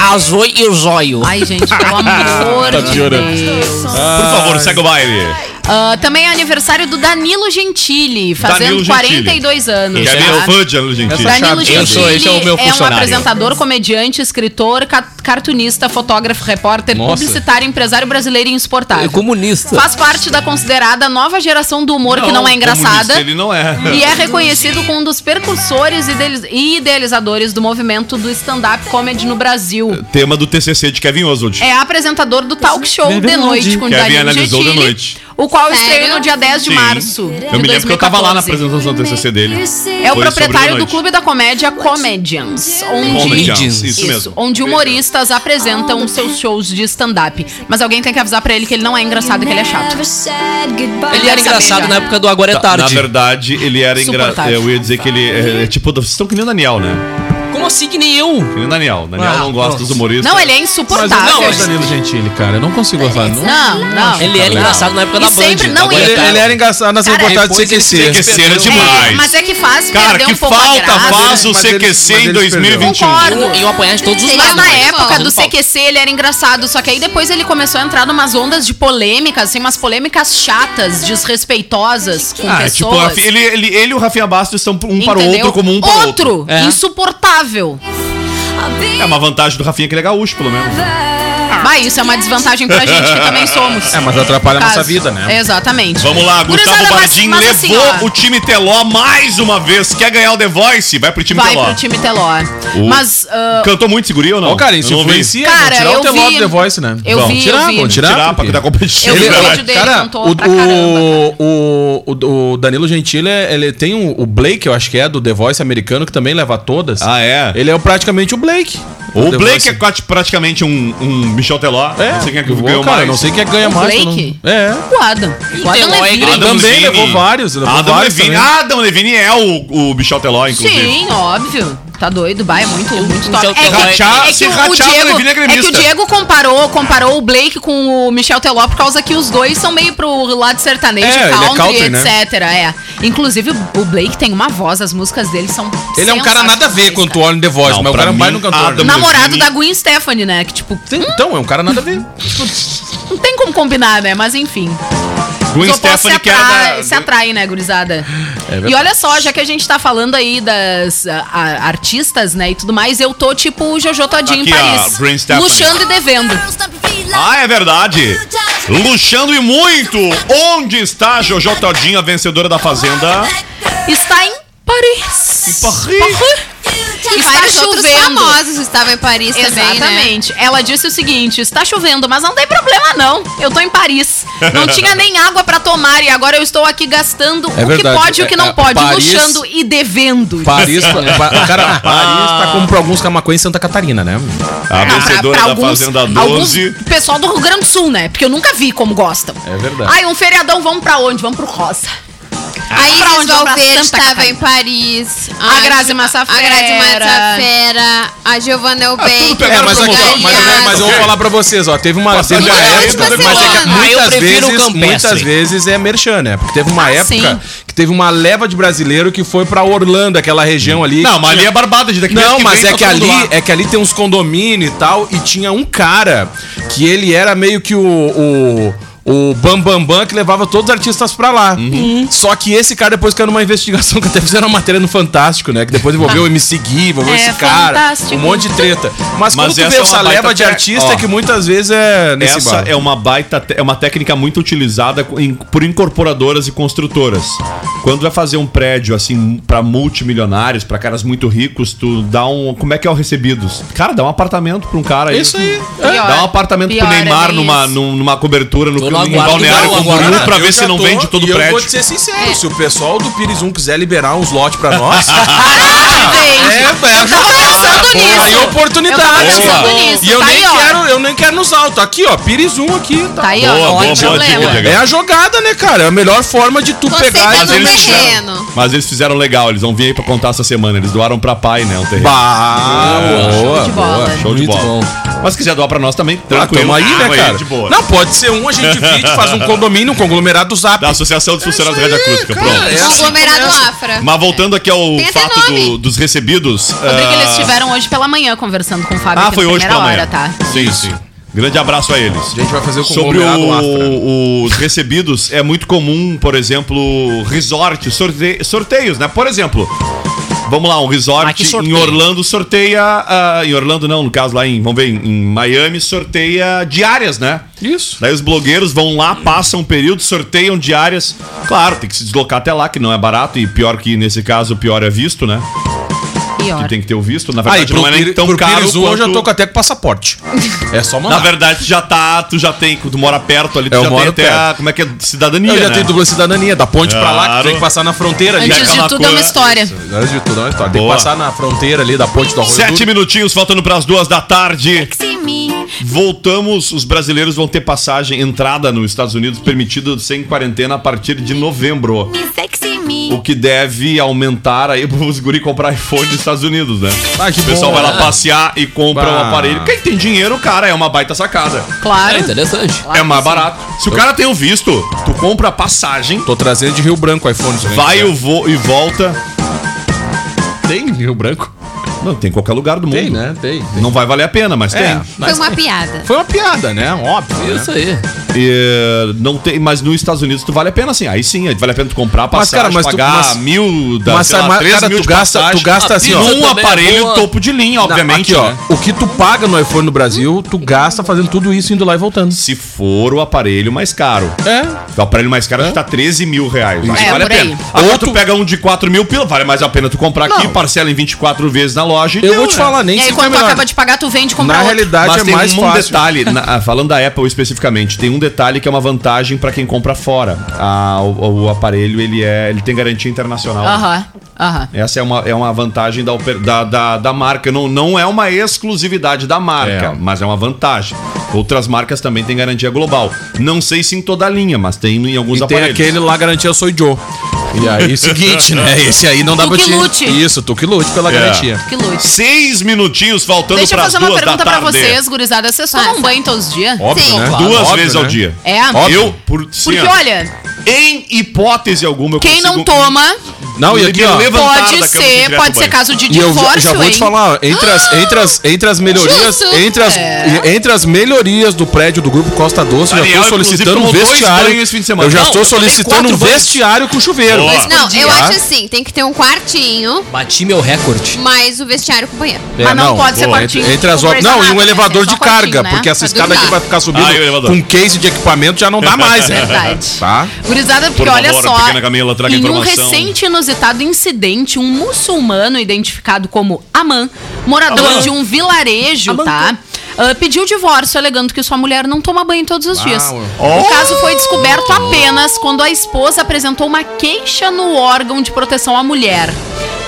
Speaker 6: A, a Zoe e o Zóio.
Speaker 9: Ai, gente, pelo amor
Speaker 4: Tá
Speaker 9: de
Speaker 4: piorando.
Speaker 9: Deus.
Speaker 4: Por favor, segue o baile.
Speaker 9: Ah, também é aniversário do Danilo Gentili, fazendo
Speaker 4: Danilo Gentili.
Speaker 9: 42 anos.
Speaker 4: Que é
Speaker 9: tá?
Speaker 4: meu fã, Danilo Gentili.
Speaker 9: Danilo
Speaker 4: Eu
Speaker 9: Gentili
Speaker 4: sou, esse é o meu
Speaker 9: um
Speaker 4: funcionário.
Speaker 9: apresentador, comediante, escritor, ca- cartunista, fotógrafo, repórter,
Speaker 6: Nossa.
Speaker 9: publicitário, empresário brasileiro e
Speaker 4: É,
Speaker 9: insportável.
Speaker 6: comunista.
Speaker 9: Faz parte da considerada nova geração do humor que não é engraçada.
Speaker 4: comunista Ele não é.
Speaker 9: E é reconhecido como um dos percursores e idealiz- e idealizadores do movimento do stand-up comedy no Brasil.
Speaker 4: Tema do TCC de Kevin Oswald.
Speaker 9: É apresentador do talk show
Speaker 4: É
Speaker 9: The
Speaker 4: verdade.
Speaker 9: Noite com
Speaker 4: Kevin
Speaker 9: Danilo
Speaker 4: analisou The
Speaker 9: Gentili,
Speaker 4: Noite.
Speaker 9: o qual estreou no dia 10 de
Speaker 4: Sim.
Speaker 9: março de
Speaker 4: Eu me lembro que eu tava lá na
Speaker 9: 2014.
Speaker 4: apresentação do TCC dele.
Speaker 9: É o
Speaker 4: Foi sobre The
Speaker 9: proprietário do
Speaker 4: Noite.
Speaker 9: Clube da Comédia Comedians, onde,
Speaker 4: Comedians, isso mesmo.
Speaker 9: onde humoristas apresentam seus shows de stand-up. Mas alguém tem que avisar pra ele que ele não é engraçado, que ele é chato. Ah,
Speaker 6: Ele era engraçado na época do Agora é
Speaker 4: Tá,
Speaker 6: Tarde.
Speaker 4: Na verdade, ele era engraçado.
Speaker 6: Suportável.
Speaker 4: Eu ia dizer que ele. É, é tipo, vocês estão que nem o Daniel, né?
Speaker 6: Como assim que nem eu?
Speaker 4: Que nem o Daniel. Daniel
Speaker 6: Ah,
Speaker 4: não gosta dos humoristas.
Speaker 9: Não, ele é
Speaker 5: Mas eu
Speaker 9: insuportável.
Speaker 5: não gosto do Danilo Gentili, cara. Eu não consigo gostar. Não.
Speaker 9: Não, não.
Speaker 6: Ele era
Speaker 5: Legal.
Speaker 6: engraçado na época
Speaker 9: E
Speaker 6: da Band.
Speaker 9: sempre- não,
Speaker 6: Agora
Speaker 9: e-
Speaker 6: é
Speaker 5: Ele,
Speaker 6: Tarde.
Speaker 5: ele era engraçado nas
Speaker 6: Cara,
Speaker 5: reportagens do
Speaker 6: depois ele
Speaker 5: CQC.
Speaker 4: CQC era
Speaker 9: É,
Speaker 4: demais.
Speaker 9: mas é que faz
Speaker 4: Cara,
Speaker 9: perder
Speaker 4: que
Speaker 9: um pouco a
Speaker 4: falta
Speaker 9: graça.
Speaker 4: faz o
Speaker 5: Mas ele- mas
Speaker 4: CQC em
Speaker 5: ele perdeu.
Speaker 4: 2021.
Speaker 9: Concordo.
Speaker 6: Eu apanhar de todos os
Speaker 9: Mas
Speaker 6: lados.
Speaker 9: na
Speaker 6: mas
Speaker 9: época
Speaker 6: fazendo
Speaker 9: do
Speaker 6: falta.
Speaker 9: CQC ele era engraçado, só que aí depois ele começou a entrar numas ondas de polêmicas, assim, umas polêmicas chatas, desrespeitosas com
Speaker 4: Ah, é tipo, o
Speaker 9: pessoas.
Speaker 4: Rafi- ele, ele, ele e o Rafinha Bastos estão um para o
Speaker 9: Entendeu?
Speaker 4: outro como um para o outro.
Speaker 9: Outro,
Speaker 6: É.
Speaker 9: insuportável.
Speaker 4: É uma vantagem do Rafinha que ele é gaúcho, pelo menos. Ah.
Speaker 9: Mas isso é uma desvantagem pra gente que também somos.
Speaker 5: É, mas atrapalha a nossa
Speaker 9: Caso.
Speaker 5: vida, né?
Speaker 9: Exatamente.
Speaker 4: Vamos lá,
Speaker 9: Gurizada,
Speaker 4: Gustavo
Speaker 9: mas-
Speaker 4: Bardim
Speaker 9: mas assim,
Speaker 4: levou
Speaker 9: ó,
Speaker 4: o time Teló mais uma vez. Quer ganhar o The Voice? Vai pro time
Speaker 9: Vai
Speaker 4: Teló.
Speaker 9: pro time Teló.
Speaker 4: O-
Speaker 9: Mas. ah,
Speaker 4: Cantou muito seguri ou não?
Speaker 5: Ó, cara, isso
Speaker 4: Eu não vi.
Speaker 5: influencia.
Speaker 9: Cara,
Speaker 5: vão tirar
Speaker 9: eu
Speaker 5: o teló
Speaker 9: vi-
Speaker 5: do The Voice, né?
Speaker 9: eu
Speaker 5: Vão
Speaker 9: vi, eu
Speaker 5: tirar,
Speaker 9: vi.
Speaker 5: vão tirar.
Speaker 4: Tirar pra
Speaker 5: porque-
Speaker 4: dar competição.
Speaker 9: Eu vi
Speaker 5: Ele-
Speaker 9: o
Speaker 4: né?
Speaker 9: vídeo dele,
Speaker 5: cara,
Speaker 9: cantou
Speaker 5: o,
Speaker 9: pra caramba,
Speaker 5: o, o, o Danilo Gentili, ele tem um, o Blake, eu acho que é, do The Voice americano, que também leva todas.
Speaker 4: Ah, é?
Speaker 5: Ele é o- praticamente o Blake.
Speaker 4: O
Speaker 5: The
Speaker 4: Blake é
Speaker 5: Voice.
Speaker 4: quase- praticamente um, um Michel Teló.
Speaker 5: assim. É,
Speaker 4: Não sei quem é que
Speaker 5: o-
Speaker 4: ganhou
Speaker 5: cara,
Speaker 4: mais.
Speaker 5: não sei quem é que ganha
Speaker 9: O
Speaker 5: mais.
Speaker 9: Blake?
Speaker 5: eu não- É.
Speaker 9: o Adam. O Adam
Speaker 6: Teló é
Speaker 9: Levine.
Speaker 6: grande.
Speaker 5: Adam
Speaker 4: Levine.
Speaker 5: levou vários, levou
Speaker 4: Adam
Speaker 5: vários
Speaker 4: Levine.
Speaker 5: também.
Speaker 4: Adam Levine é o, o Michel Teló, inclusive.
Speaker 9: Sim, óbvio. Tá doido, vai, é muito,
Speaker 5: Então,
Speaker 9: muito top.
Speaker 6: Michel
Speaker 9: É que-
Speaker 6: Teló é-
Speaker 4: Rachar-
Speaker 9: é que
Speaker 4: se
Speaker 9: o- o
Speaker 4: rachar,
Speaker 9: Diego-
Speaker 4: Levine é
Speaker 9: é que
Speaker 4: gremista.
Speaker 9: o Diego comparou, comparou o Blake com o Michel Teló por causa que os dois são meio pro lado sertanejo,
Speaker 5: É, ele é
Speaker 9: country,
Speaker 5: country, né?
Speaker 9: etc. É. Inclusive, o Blake tem uma voz, as músicas dele são
Speaker 5: Ele é um cara nada a ver
Speaker 9: sensacionais,
Speaker 5: com
Speaker 9: cara.
Speaker 5: o olha no The Voice,
Speaker 4: Não,
Speaker 5: mas o
Speaker 4: pra
Speaker 5: cara é um
Speaker 4: mim,
Speaker 5: baita de um cantor.
Speaker 4: Adam-
Speaker 5: né?
Speaker 9: Namorado
Speaker 4: Levine.
Speaker 9: da Gwen Stephanie, né? Que, tipo,
Speaker 5: Sim, Então, é um cara nada a ver.
Speaker 9: não tem como combinar, né? Mas enfim. Os
Speaker 4: Gwen
Speaker 9: opostos
Speaker 4: Stephanie,
Speaker 9: se,
Speaker 4: que era
Speaker 9: atrai,
Speaker 4: da-
Speaker 9: se atraem, né, gurizada?
Speaker 5: É
Speaker 9: e olha só, já que a gente tá falando aí das a- a- artistas, né, e tudo mais, eu tô tipo o Jojo Todinho
Speaker 4: Aqui,
Speaker 9: em
Speaker 4: ó,
Speaker 9: Paris.
Speaker 4: Gwen Stefani.
Speaker 9: luxando e devendo.
Speaker 4: Ah, é verdade. Luxando e muito. Onde está a Jojo Todinho, a vencedora da Fazenda?
Speaker 9: Está em Paris.
Speaker 4: Paris.
Speaker 11: E
Speaker 9: Está
Speaker 11: vários outros
Speaker 9: tá chovendo.
Speaker 11: famosos estavam em Paris também, né?
Speaker 9: Exatamente. Ela disse o seguinte: está chovendo, mas não tem problema não. Eu tô em Paris. Não tinha nem água pra tomar e agora eu estou aqui gastando o
Speaker 5: É verdade.
Speaker 9: que pode e o que não
Speaker 5: É,
Speaker 9: pode,
Speaker 5: Paris-
Speaker 9: luxando e devendo.
Speaker 5: Paris, pa- É, cara, Paris tá como pra alguns Camacuã em Santa Catarina, né?
Speaker 4: A
Speaker 9: Ah,
Speaker 4: vencedora
Speaker 9: pra
Speaker 4: da Fazenda
Speaker 9: alguns
Speaker 4: 12.
Speaker 9: pessoal do Rio Grande do Sul, né? Porque eu nunca vi como gostam.
Speaker 5: É verdade.
Speaker 9: Ai, um feriadão, vamos pra onde? Vamos pro Rosa.
Speaker 11: A
Speaker 9: Pra
Speaker 11: Iris
Speaker 9: onde? Pra
Speaker 11: Valverde
Speaker 9: Santa
Speaker 11: estava
Speaker 9: Catarina.
Speaker 11: em Paris.
Speaker 9: A Grazi Massafera.
Speaker 11: A Grazi Massafera. A Giovanna Elbeck.
Speaker 5: É,
Speaker 4: pegaram
Speaker 5: mas,
Speaker 4: pra
Speaker 5: aqui, ó, mas,
Speaker 4: Aliás.
Speaker 5: mas eu vou falar pra vocês, ó. Teve uma,
Speaker 4: Passando
Speaker 5: teve uma
Speaker 4: de
Speaker 5: época,
Speaker 4: época,
Speaker 5: mas é que
Speaker 11: Barcelona.
Speaker 6: Ah, eu
Speaker 5: muitas
Speaker 6: prefiro o
Speaker 5: vezes,
Speaker 6: Campestre.
Speaker 5: muitas vezes é merchan, né? Porque teve uma
Speaker 9: Ah,
Speaker 5: época
Speaker 9: sim.
Speaker 5: que teve uma leva de brasileiro que foi pra Orlando, aquela região ali.
Speaker 4: Não, mas ali é barbada de daqui mês
Speaker 5: Não, mas
Speaker 4: vem
Speaker 5: é
Speaker 4: tá
Speaker 5: que
Speaker 4: todo
Speaker 5: ali
Speaker 4: mundo lá.
Speaker 5: é que ali tem uns condomínios e tal e tinha um cara que ele era meio que o o o Bam Bam Bam que levava todos os artistas pra lá. Uhum. Só que esse cara depois caiu numa investigação que até fizeram uma matéria no Fantástico, né? Que depois envolveu o MC Gui, envolveu
Speaker 9: É,
Speaker 5: esse cara.
Speaker 9: Fantástico.
Speaker 5: Um monte de treta. Mas,
Speaker 4: Mas
Speaker 5: quando tu
Speaker 4: essa
Speaker 5: vê
Speaker 4: é uma
Speaker 5: essa
Speaker 4: baita
Speaker 5: leva de
Speaker 4: tra-
Speaker 5: artista
Speaker 4: Ó.
Speaker 5: que muitas vezes é nesse
Speaker 4: Essa
Speaker 5: bar.
Speaker 4: é uma baita, te- é uma técnica muito utilizada co- em- por incorporadoras e construtoras. Quando vai fazer um prédio assim pra multimilionários, pra caras muito ricos, tu dá um, como é que é o recebidos? Cara, dá um apartamento pra um cara aí.
Speaker 5: É Isso aí.
Speaker 9: Pior.
Speaker 4: Dá um apartamento
Speaker 9: Pior,
Speaker 4: pro Neymar
Speaker 9: é
Speaker 4: numa,
Speaker 9: isso.
Speaker 4: num- numa cobertura no,
Speaker 6: Tô no
Speaker 4: em
Speaker 6: aguardo,
Speaker 4: balneário
Speaker 6: não,
Speaker 4: com
Speaker 6: agora.
Speaker 4: Cumbu pra
Speaker 5: então, eu
Speaker 4: ver se
Speaker 5: já
Speaker 4: não
Speaker 5: tô-
Speaker 4: vende todo o
Speaker 5: e Eu vou
Speaker 4: prédio.
Speaker 5: te ser sincero, se o pessoal do Pires 1 quiser liberar uns lotes pra nós,
Speaker 4: Ah!
Speaker 9: Gente,
Speaker 5: É, velho.
Speaker 9: tava pensando
Speaker 5: Ah,
Speaker 9: nisso.
Speaker 5: Aí
Speaker 9: Eu tava
Speaker 5: oportunidade.
Speaker 9: pensando
Speaker 5: Boa.
Speaker 9: nisso.
Speaker 5: E eu
Speaker 9: Tá
Speaker 5: nem
Speaker 9: aí, ó.
Speaker 5: quero, eu nem quero nos altos. Aqui, ó, Pires 1 aqui. Tá.
Speaker 9: Tá aí, ó.
Speaker 4: Boa,
Speaker 9: não
Speaker 4: boa,
Speaker 9: tem
Speaker 4: boa
Speaker 9: problema.
Speaker 4: dica, Diego.
Speaker 5: É a jogada, né, cara? É a melhor forma de tu
Speaker 11: Você
Speaker 5: pegar
Speaker 11: tá
Speaker 5: e-
Speaker 11: no
Speaker 4: eles
Speaker 11: terreno.
Speaker 4: Mas eles fizeram legal, eles vão vir aí pra
Speaker 5: Ah,
Speaker 4: contar essa semana. Eles doaram pra pai, né? Um terreno.
Speaker 5: Bah, boa,
Speaker 9: de bola.
Speaker 5: boa.
Speaker 4: Show de
Speaker 5: Muito
Speaker 4: bola.
Speaker 5: bom.
Speaker 4: Mas se quiser doar pra nós também,
Speaker 5: Ah,
Speaker 4: tranquilo.
Speaker 5: tamo aí, né,
Speaker 4: Tamo
Speaker 5: cara?
Speaker 4: de boa.
Speaker 5: Não, pode ser um, a gente divide, faz um condomínio, um conglomerado do Zap.
Speaker 4: Da Associação dos Funcionários da Rádio Acústica, pronto.
Speaker 5: é assim.
Speaker 9: Conglomerado Afra.
Speaker 4: Mas voltando aqui ao
Speaker 9: Tem até
Speaker 4: fato
Speaker 9: nome.
Speaker 4: do- dos recebidos.
Speaker 9: Rodrigo,
Speaker 4: ah,
Speaker 9: eles estiveram hoje pela manhã conversando com o Fábio.
Speaker 4: Ah,
Speaker 9: aqui
Speaker 4: foi
Speaker 9: na
Speaker 4: hoje
Speaker 9: primeira
Speaker 4: pela manhã.
Speaker 9: hora, tá?
Speaker 4: Sim, sim. Grande abraço a eles.
Speaker 5: A gente vai fazer o
Speaker 4: Sobre
Speaker 5: conglomerado
Speaker 4: o-
Speaker 5: Afra.
Speaker 4: os recebidos, é muito comum, por exemplo, resort, sorte- sorteios, né? Por exemplo, vamos lá, um
Speaker 9: Ah,
Speaker 6: Mas que
Speaker 4: resort em
Speaker 6: sorteio?
Speaker 4: Orlando sorteia. ah, em Orlando não, no caso lá em, vamos ver, em, em Miami sorteia diárias, né?
Speaker 5: Isso.
Speaker 4: Daí os blogueiros vão lá, passam um período, sorteiam diárias. Claro, tem que se deslocar até lá, que não é barato, e pior que nesse caso, pior é visto, né?
Speaker 9: Pior.
Speaker 4: Tu tem que ter o visto. Na
Speaker 5: Aí,
Speaker 4: verdade,
Speaker 5: Ah, pro,
Speaker 4: não é nem
Speaker 5: Pires-
Speaker 4: tão
Speaker 5: pro
Speaker 4: caro.
Speaker 5: Pires One, eu já
Speaker 4: quanto-
Speaker 5: tô com até com passaporte. É só
Speaker 4: na
Speaker 5: mandar.
Speaker 4: verdade, já tá, tu já tem, tu mora perto ali, tu
Speaker 5: Eu
Speaker 4: já tem
Speaker 5: moro
Speaker 4: até
Speaker 5: perto.
Speaker 4: a, como é que é, cidadania,
Speaker 5: eu já
Speaker 4: né?
Speaker 5: tenho dupla cidadania, da ponte pra lá, que
Speaker 4: Claro.
Speaker 5: tem que passar na fronteira ali.
Speaker 9: Antes de
Speaker 4: aquela
Speaker 9: tudo é uma
Speaker 4: coisa-
Speaker 9: história.
Speaker 5: Antes de tudo, é uma história. Tem que
Speaker 4: Boa.
Speaker 5: passar na fronteira ali da ponte do Arroio
Speaker 4: Sete
Speaker 5: Duro.
Speaker 4: minutinhos faltando pras duas da tarde. Voltamos, os brasileiros vão ter passagem, entrada nos Estados Unidos permitida sem quarentena a partir de novembro. O que deve aumentar aí pros guri comprar iPhone nos Estados Unidos, né?
Speaker 5: Ah, que
Speaker 4: o pessoal
Speaker 5: bom,
Speaker 4: vai lá
Speaker 5: né?
Speaker 4: passear e compra um
Speaker 5: Bah.
Speaker 4: aparelho. Quem tem dinheiro, cara, é uma baita sacada.
Speaker 6: É
Speaker 9: Claro.
Speaker 6: interessante.
Speaker 5: Ah,
Speaker 4: é mais barato. Se o cara tem o visto, tu compra a passagem,
Speaker 5: Tô trazendo de Rio Branco o iPhone. gente.
Speaker 4: vai o voo e volta.
Speaker 5: Tem em Rio Branco?
Speaker 4: Não, tem em qualquer lugar do mundo.
Speaker 5: Tem, né? Tem. tem.
Speaker 4: Não vai valer a pena, mas
Speaker 5: É,
Speaker 4: tem.
Speaker 11: Foi
Speaker 5: mas
Speaker 11: uma piada.
Speaker 5: foi uma piada, né? Óbvio. né?
Speaker 6: É Isso aí.
Speaker 4: E, não tem, mas nos Estados Unidos tu vale a pena sim. Aí sim, aí vale a pena tu comprar,
Speaker 5: Mas,
Speaker 4: passar,
Speaker 5: cara, mas tu-
Speaker 4: pagar
Speaker 5: mas-
Speaker 4: mil, da,
Speaker 5: mas,
Speaker 4: sei lá,
Speaker 5: mas,
Speaker 4: três
Speaker 5: cara,
Speaker 4: mil
Speaker 5: tu
Speaker 4: de
Speaker 5: gasta- tu
Speaker 4: passagem. Ah,
Speaker 5: gasta assim, ó.
Speaker 4: Num
Speaker 6: Também é
Speaker 4: aparelho
Speaker 6: boa.
Speaker 4: topo de linha, obviamente.
Speaker 5: Aqui, ó,
Speaker 4: né?
Speaker 5: o que tu paga no iPhone no Brasil, tu gasta fazendo tudo isso indo lá e voltando.
Speaker 4: Se for o aparelho mais caro.
Speaker 5: É.
Speaker 4: O aparelho mais caro acho que tá 13 mil reais. Aí
Speaker 9: É,
Speaker 4: vale a
Speaker 9: por aí.
Speaker 4: pena. Agora tu
Speaker 5: Outro-
Speaker 4: pega um de 4 mil pila, vale mais a pena tu comprar aqui,
Speaker 5: Não.
Speaker 4: parcela em 24 vezes na loja.
Speaker 5: Eu
Speaker 4: deu,
Speaker 5: vou te
Speaker 4: né?
Speaker 5: falar, nem
Speaker 9: E aí,
Speaker 5: sempre é
Speaker 9: quando tu
Speaker 5: melhor.
Speaker 9: acaba de pagar, tu vende e compra
Speaker 5: Na
Speaker 9: outro.
Speaker 5: realidade
Speaker 4: Mas
Speaker 5: é
Speaker 4: tem
Speaker 5: mais
Speaker 4: um
Speaker 5: fácil.
Speaker 4: detalhe, na- ah, falando da Apple especificamente, tem um detalhe que é uma vantagem pra quem compra fora. Ah, o, o aparelho ele é, ele tem garantia internacional.
Speaker 9: Aham, aham.
Speaker 4: Essa é uma, é uma vantagem da, oper- da, da, da marca. Não, não é uma exclusividade da marca,
Speaker 5: É.
Speaker 4: mas é uma vantagem. Outras marcas também têm garantia global. Não sei se em toda a linha, mas tem em alguns
Speaker 5: E tem
Speaker 4: aparelhos.
Speaker 5: aquele lá, garantia eu sou Joe. E aí, seguinte, né? Esse aí não dá
Speaker 9: Tu
Speaker 5: pra
Speaker 9: que
Speaker 5: te...
Speaker 9: lute.
Speaker 5: Isso, tu que lute pela
Speaker 4: É.
Speaker 5: garantia.
Speaker 9: Que lute.
Speaker 4: Seis minutinhos faltando
Speaker 9: Deixa eu
Speaker 4: pras
Speaker 9: fazer uma
Speaker 4: duas
Speaker 9: pergunta
Speaker 4: da
Speaker 9: pra
Speaker 4: tarde.
Speaker 9: vocês, gurizada. Vocês tomam
Speaker 11: Faça.
Speaker 9: banho todos os dias?
Speaker 5: Óbvio,
Speaker 11: Sim,
Speaker 5: né?
Speaker 11: claro.
Speaker 4: Duas
Speaker 5: Óbvio,
Speaker 4: vezes ao
Speaker 5: né?
Speaker 4: dia.
Speaker 9: É?
Speaker 4: Eu, por,
Speaker 9: Porque,
Speaker 4: ó,
Speaker 9: olha,
Speaker 4: em hipótese alguma, eu
Speaker 9: quem não
Speaker 4: consigo-
Speaker 9: toma
Speaker 5: Não, e aqui, ó...
Speaker 4: Me leva- levantar da
Speaker 9: pode
Speaker 4: cama
Speaker 9: ser,
Speaker 4: direto
Speaker 9: pode
Speaker 4: ao
Speaker 9: ser
Speaker 4: banho.
Speaker 9: caso de
Speaker 5: E eu
Speaker 9: divórcio,
Speaker 5: já, já vou
Speaker 9: hein? Ah!
Speaker 5: te falar, ó, entre as, entre as, entre as melhorias,
Speaker 11: Justo.
Speaker 5: entre as,
Speaker 9: É.
Speaker 5: e- entre as melhorias do prédio do grupo Costa Doce, eu já
Speaker 4: Daniel,
Speaker 5: estou solicitando um
Speaker 4: inclusive, tomou dois
Speaker 5: vestiário.
Speaker 4: banhos esse fim de semana.
Speaker 5: Eu já
Speaker 4: Não,
Speaker 5: estou
Speaker 6: eu tomei
Speaker 9: é
Speaker 5: solicitando
Speaker 6: quatro
Speaker 5: um
Speaker 6: banhos.
Speaker 5: vestiário com chuveiro.
Speaker 4: Boa.
Speaker 11: Não, eu
Speaker 5: Ah.
Speaker 11: acho assim, tem que ter um quartinho,
Speaker 6: Bati meu recorde.
Speaker 11: mais o vestiário com banheiro.
Speaker 5: É,
Speaker 9: Mas Ah, não pode ser tipo
Speaker 5: boa,
Speaker 9: quartinho
Speaker 5: Entre, entre as
Speaker 9: com
Speaker 5: obras. Não, e um
Speaker 9: personagem,
Speaker 5: elevador
Speaker 9: né?
Speaker 5: de
Speaker 9: Só quartinho,
Speaker 5: carga,
Speaker 9: né?
Speaker 5: porque essa
Speaker 9: Pra
Speaker 5: escada
Speaker 9: dormir.
Speaker 5: aqui vai ficar subindo
Speaker 4: Ah, e o elevador.
Speaker 5: com case de equipamento já não dá mais, né?
Speaker 9: É Verdade. Então,
Speaker 5: Tá?
Speaker 9: Gurizada, porque
Speaker 4: Por favor,
Speaker 9: olha só,
Speaker 4: pequena Camila, traga
Speaker 9: em um
Speaker 4: informação.
Speaker 9: recente inusitado incidente, um muçulmano identificado como Aman, morador de um vilarejo, tá? Ah, pediu divórcio, alegando que sua mulher não toma banho todos os dias. O caso
Speaker 4: Oh!
Speaker 9: foi descoberto apenas quando a esposa apresentou uma queixa no órgão de proteção à mulher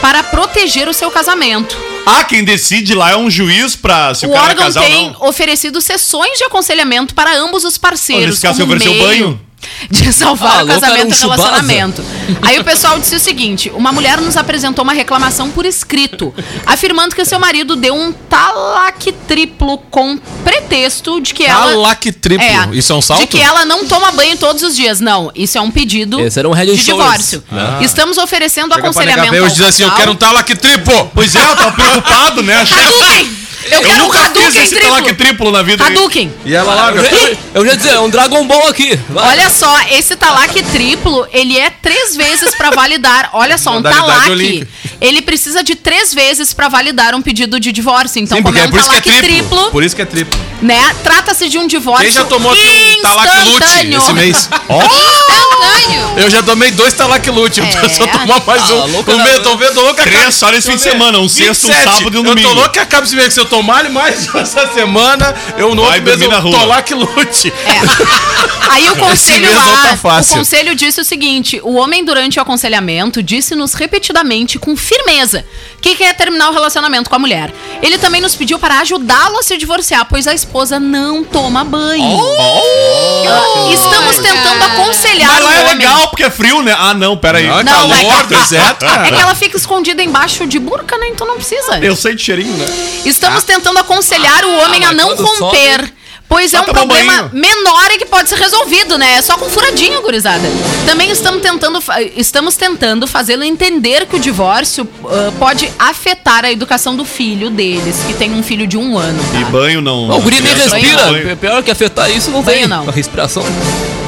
Speaker 9: para proteger o seu casamento.
Speaker 4: Ah, quem decide lá é um juiz pra se o,
Speaker 9: o
Speaker 4: cara é
Speaker 9: órgão
Speaker 4: casal ou
Speaker 9: tem
Speaker 4: não.
Speaker 9: oferecido sessões de aconselhamento para ambos os
Speaker 4: Olha,
Speaker 9: parceiros.
Speaker 4: esse cara se
Speaker 9: como
Speaker 4: ofereceu
Speaker 9: meio
Speaker 4: banho?
Speaker 9: De salvar
Speaker 6: Ah,
Speaker 9: o
Speaker 6: louco, era
Speaker 9: casamento
Speaker 6: um
Speaker 9: e o
Speaker 6: chubaza.
Speaker 9: relacionamento. Aí o pessoal disse o seguinte: uma mulher nos apresentou uma reclamação por escrito, afirmando que seu marido deu um talaque triplo com pretexto de que ela.
Speaker 5: Talaque triplo. Isso é um salto?
Speaker 9: De que ela não toma banho todos os dias. Não, isso é um pedido
Speaker 6: Esse era um head and
Speaker 9: de
Speaker 6: shoulders.
Speaker 9: divórcio. Estamos oferecendo
Speaker 5: Chega pra negar,
Speaker 9: aconselhamento.
Speaker 5: vem
Speaker 9: ao
Speaker 5: hoje diz assim, eu
Speaker 9: casal.
Speaker 5: quero um talaque triplo.
Speaker 4: Pois é, eu tava preocupado,
Speaker 9: Tá
Speaker 4: né? Achei-
Speaker 9: Hadouken! Eu,
Speaker 4: Eu
Speaker 9: quero um
Speaker 4: nunca fiz
Speaker 9: Hadouken
Speaker 4: esse né? talaque
Speaker 9: triplo!
Speaker 4: triplo na vida.
Speaker 9: Hadouken!
Speaker 5: E ela
Speaker 4: Ah,
Speaker 5: lá,
Speaker 6: Eu já, eu já ia dizer, é um Dragon Ball aqui. Vai.
Speaker 9: Olha só, esse talaque triplo, ele é três vezes pra validar. Olha só, um
Speaker 5: Modalidade
Speaker 9: talaque,
Speaker 5: olímpica.
Speaker 9: ele precisa de três vezes pra validar um pedido de divórcio. Então,
Speaker 5: Sim,
Speaker 9: como
Speaker 5: porque
Speaker 9: é
Speaker 5: é
Speaker 9: um
Speaker 5: por isso que é
Speaker 9: talaque
Speaker 5: triplo.
Speaker 9: triplo,
Speaker 5: Por isso que é triplo.
Speaker 9: né? Trata-se de um divórcio
Speaker 5: Quem já tomou aqui um talaque lute
Speaker 9: instantâneo.
Speaker 5: esse mês? Ó,
Speaker 11: Instantâneo.
Speaker 5: eu já tomei dois talaque lute. Eu preciso só
Speaker 9: É.
Speaker 5: tomar mais um.
Speaker 6: Ah, louco,
Speaker 5: Tô
Speaker 6: né?
Speaker 5: meio- tô vendo louca, cara.
Speaker 4: Tá Três só nesse fim de
Speaker 5: Deixa eu ver.
Speaker 4: semana, um sexto, um
Speaker 5: 27.
Speaker 4: sábado e um domingo.
Speaker 5: Eu tô louco que acaba esse mês. Se eu tomar mais essa semana, eu não
Speaker 4: Vai dormir na rua.
Speaker 5: Tolaque lute.
Speaker 9: É. Aí o conselho
Speaker 5: mês não
Speaker 9: lá,
Speaker 5: tá fácil.
Speaker 9: o conselho disse o seguinte: o homem durante o aconselhamento disse-nos repetidamente com firmeza que quer terminar o relacionamento com a mulher. Ele também nos pediu para ajudá-lo a se divorciar, pois a esposa não toma banho. Ah, Estamos
Speaker 11: Olha.
Speaker 9: tentando aconselharam
Speaker 4: Oh! Mas lá
Speaker 9: o
Speaker 4: é
Speaker 9: homem.
Speaker 4: legal, porque é frio, né? Ah, não, peraí. tá?
Speaker 5: Não, é
Speaker 9: Não,
Speaker 5: calor,
Speaker 9: mas-
Speaker 5: deserto, cara.
Speaker 9: É que ela fica escondida embaixo de burca, né? Então não precisa.
Speaker 4: Eu sei de cheirinho, né?
Speaker 9: Estamos tentando aconselhar o homem
Speaker 4: Ah,
Speaker 9: a não
Speaker 4: mas quando
Speaker 9: romper.
Speaker 4: sobe-
Speaker 9: Pois é
Speaker 4: Vai
Speaker 9: um
Speaker 4: tomar um
Speaker 9: problema menor e que pode ser resolvido, né? É só com furadinho, gurizada. Também estamos tentando, fa- estamos tentando fazê-lo entender que o divórcio ah, pode afetar a educação do filho deles, que tem um filho de um ano.
Speaker 4: E banho não.
Speaker 6: Não, o guri nem
Speaker 4: criança não
Speaker 6: respira.
Speaker 4: banho. é
Speaker 6: Pior que afetar isso, não
Speaker 9: Banho
Speaker 6: tem
Speaker 9: não.
Speaker 6: a respiração.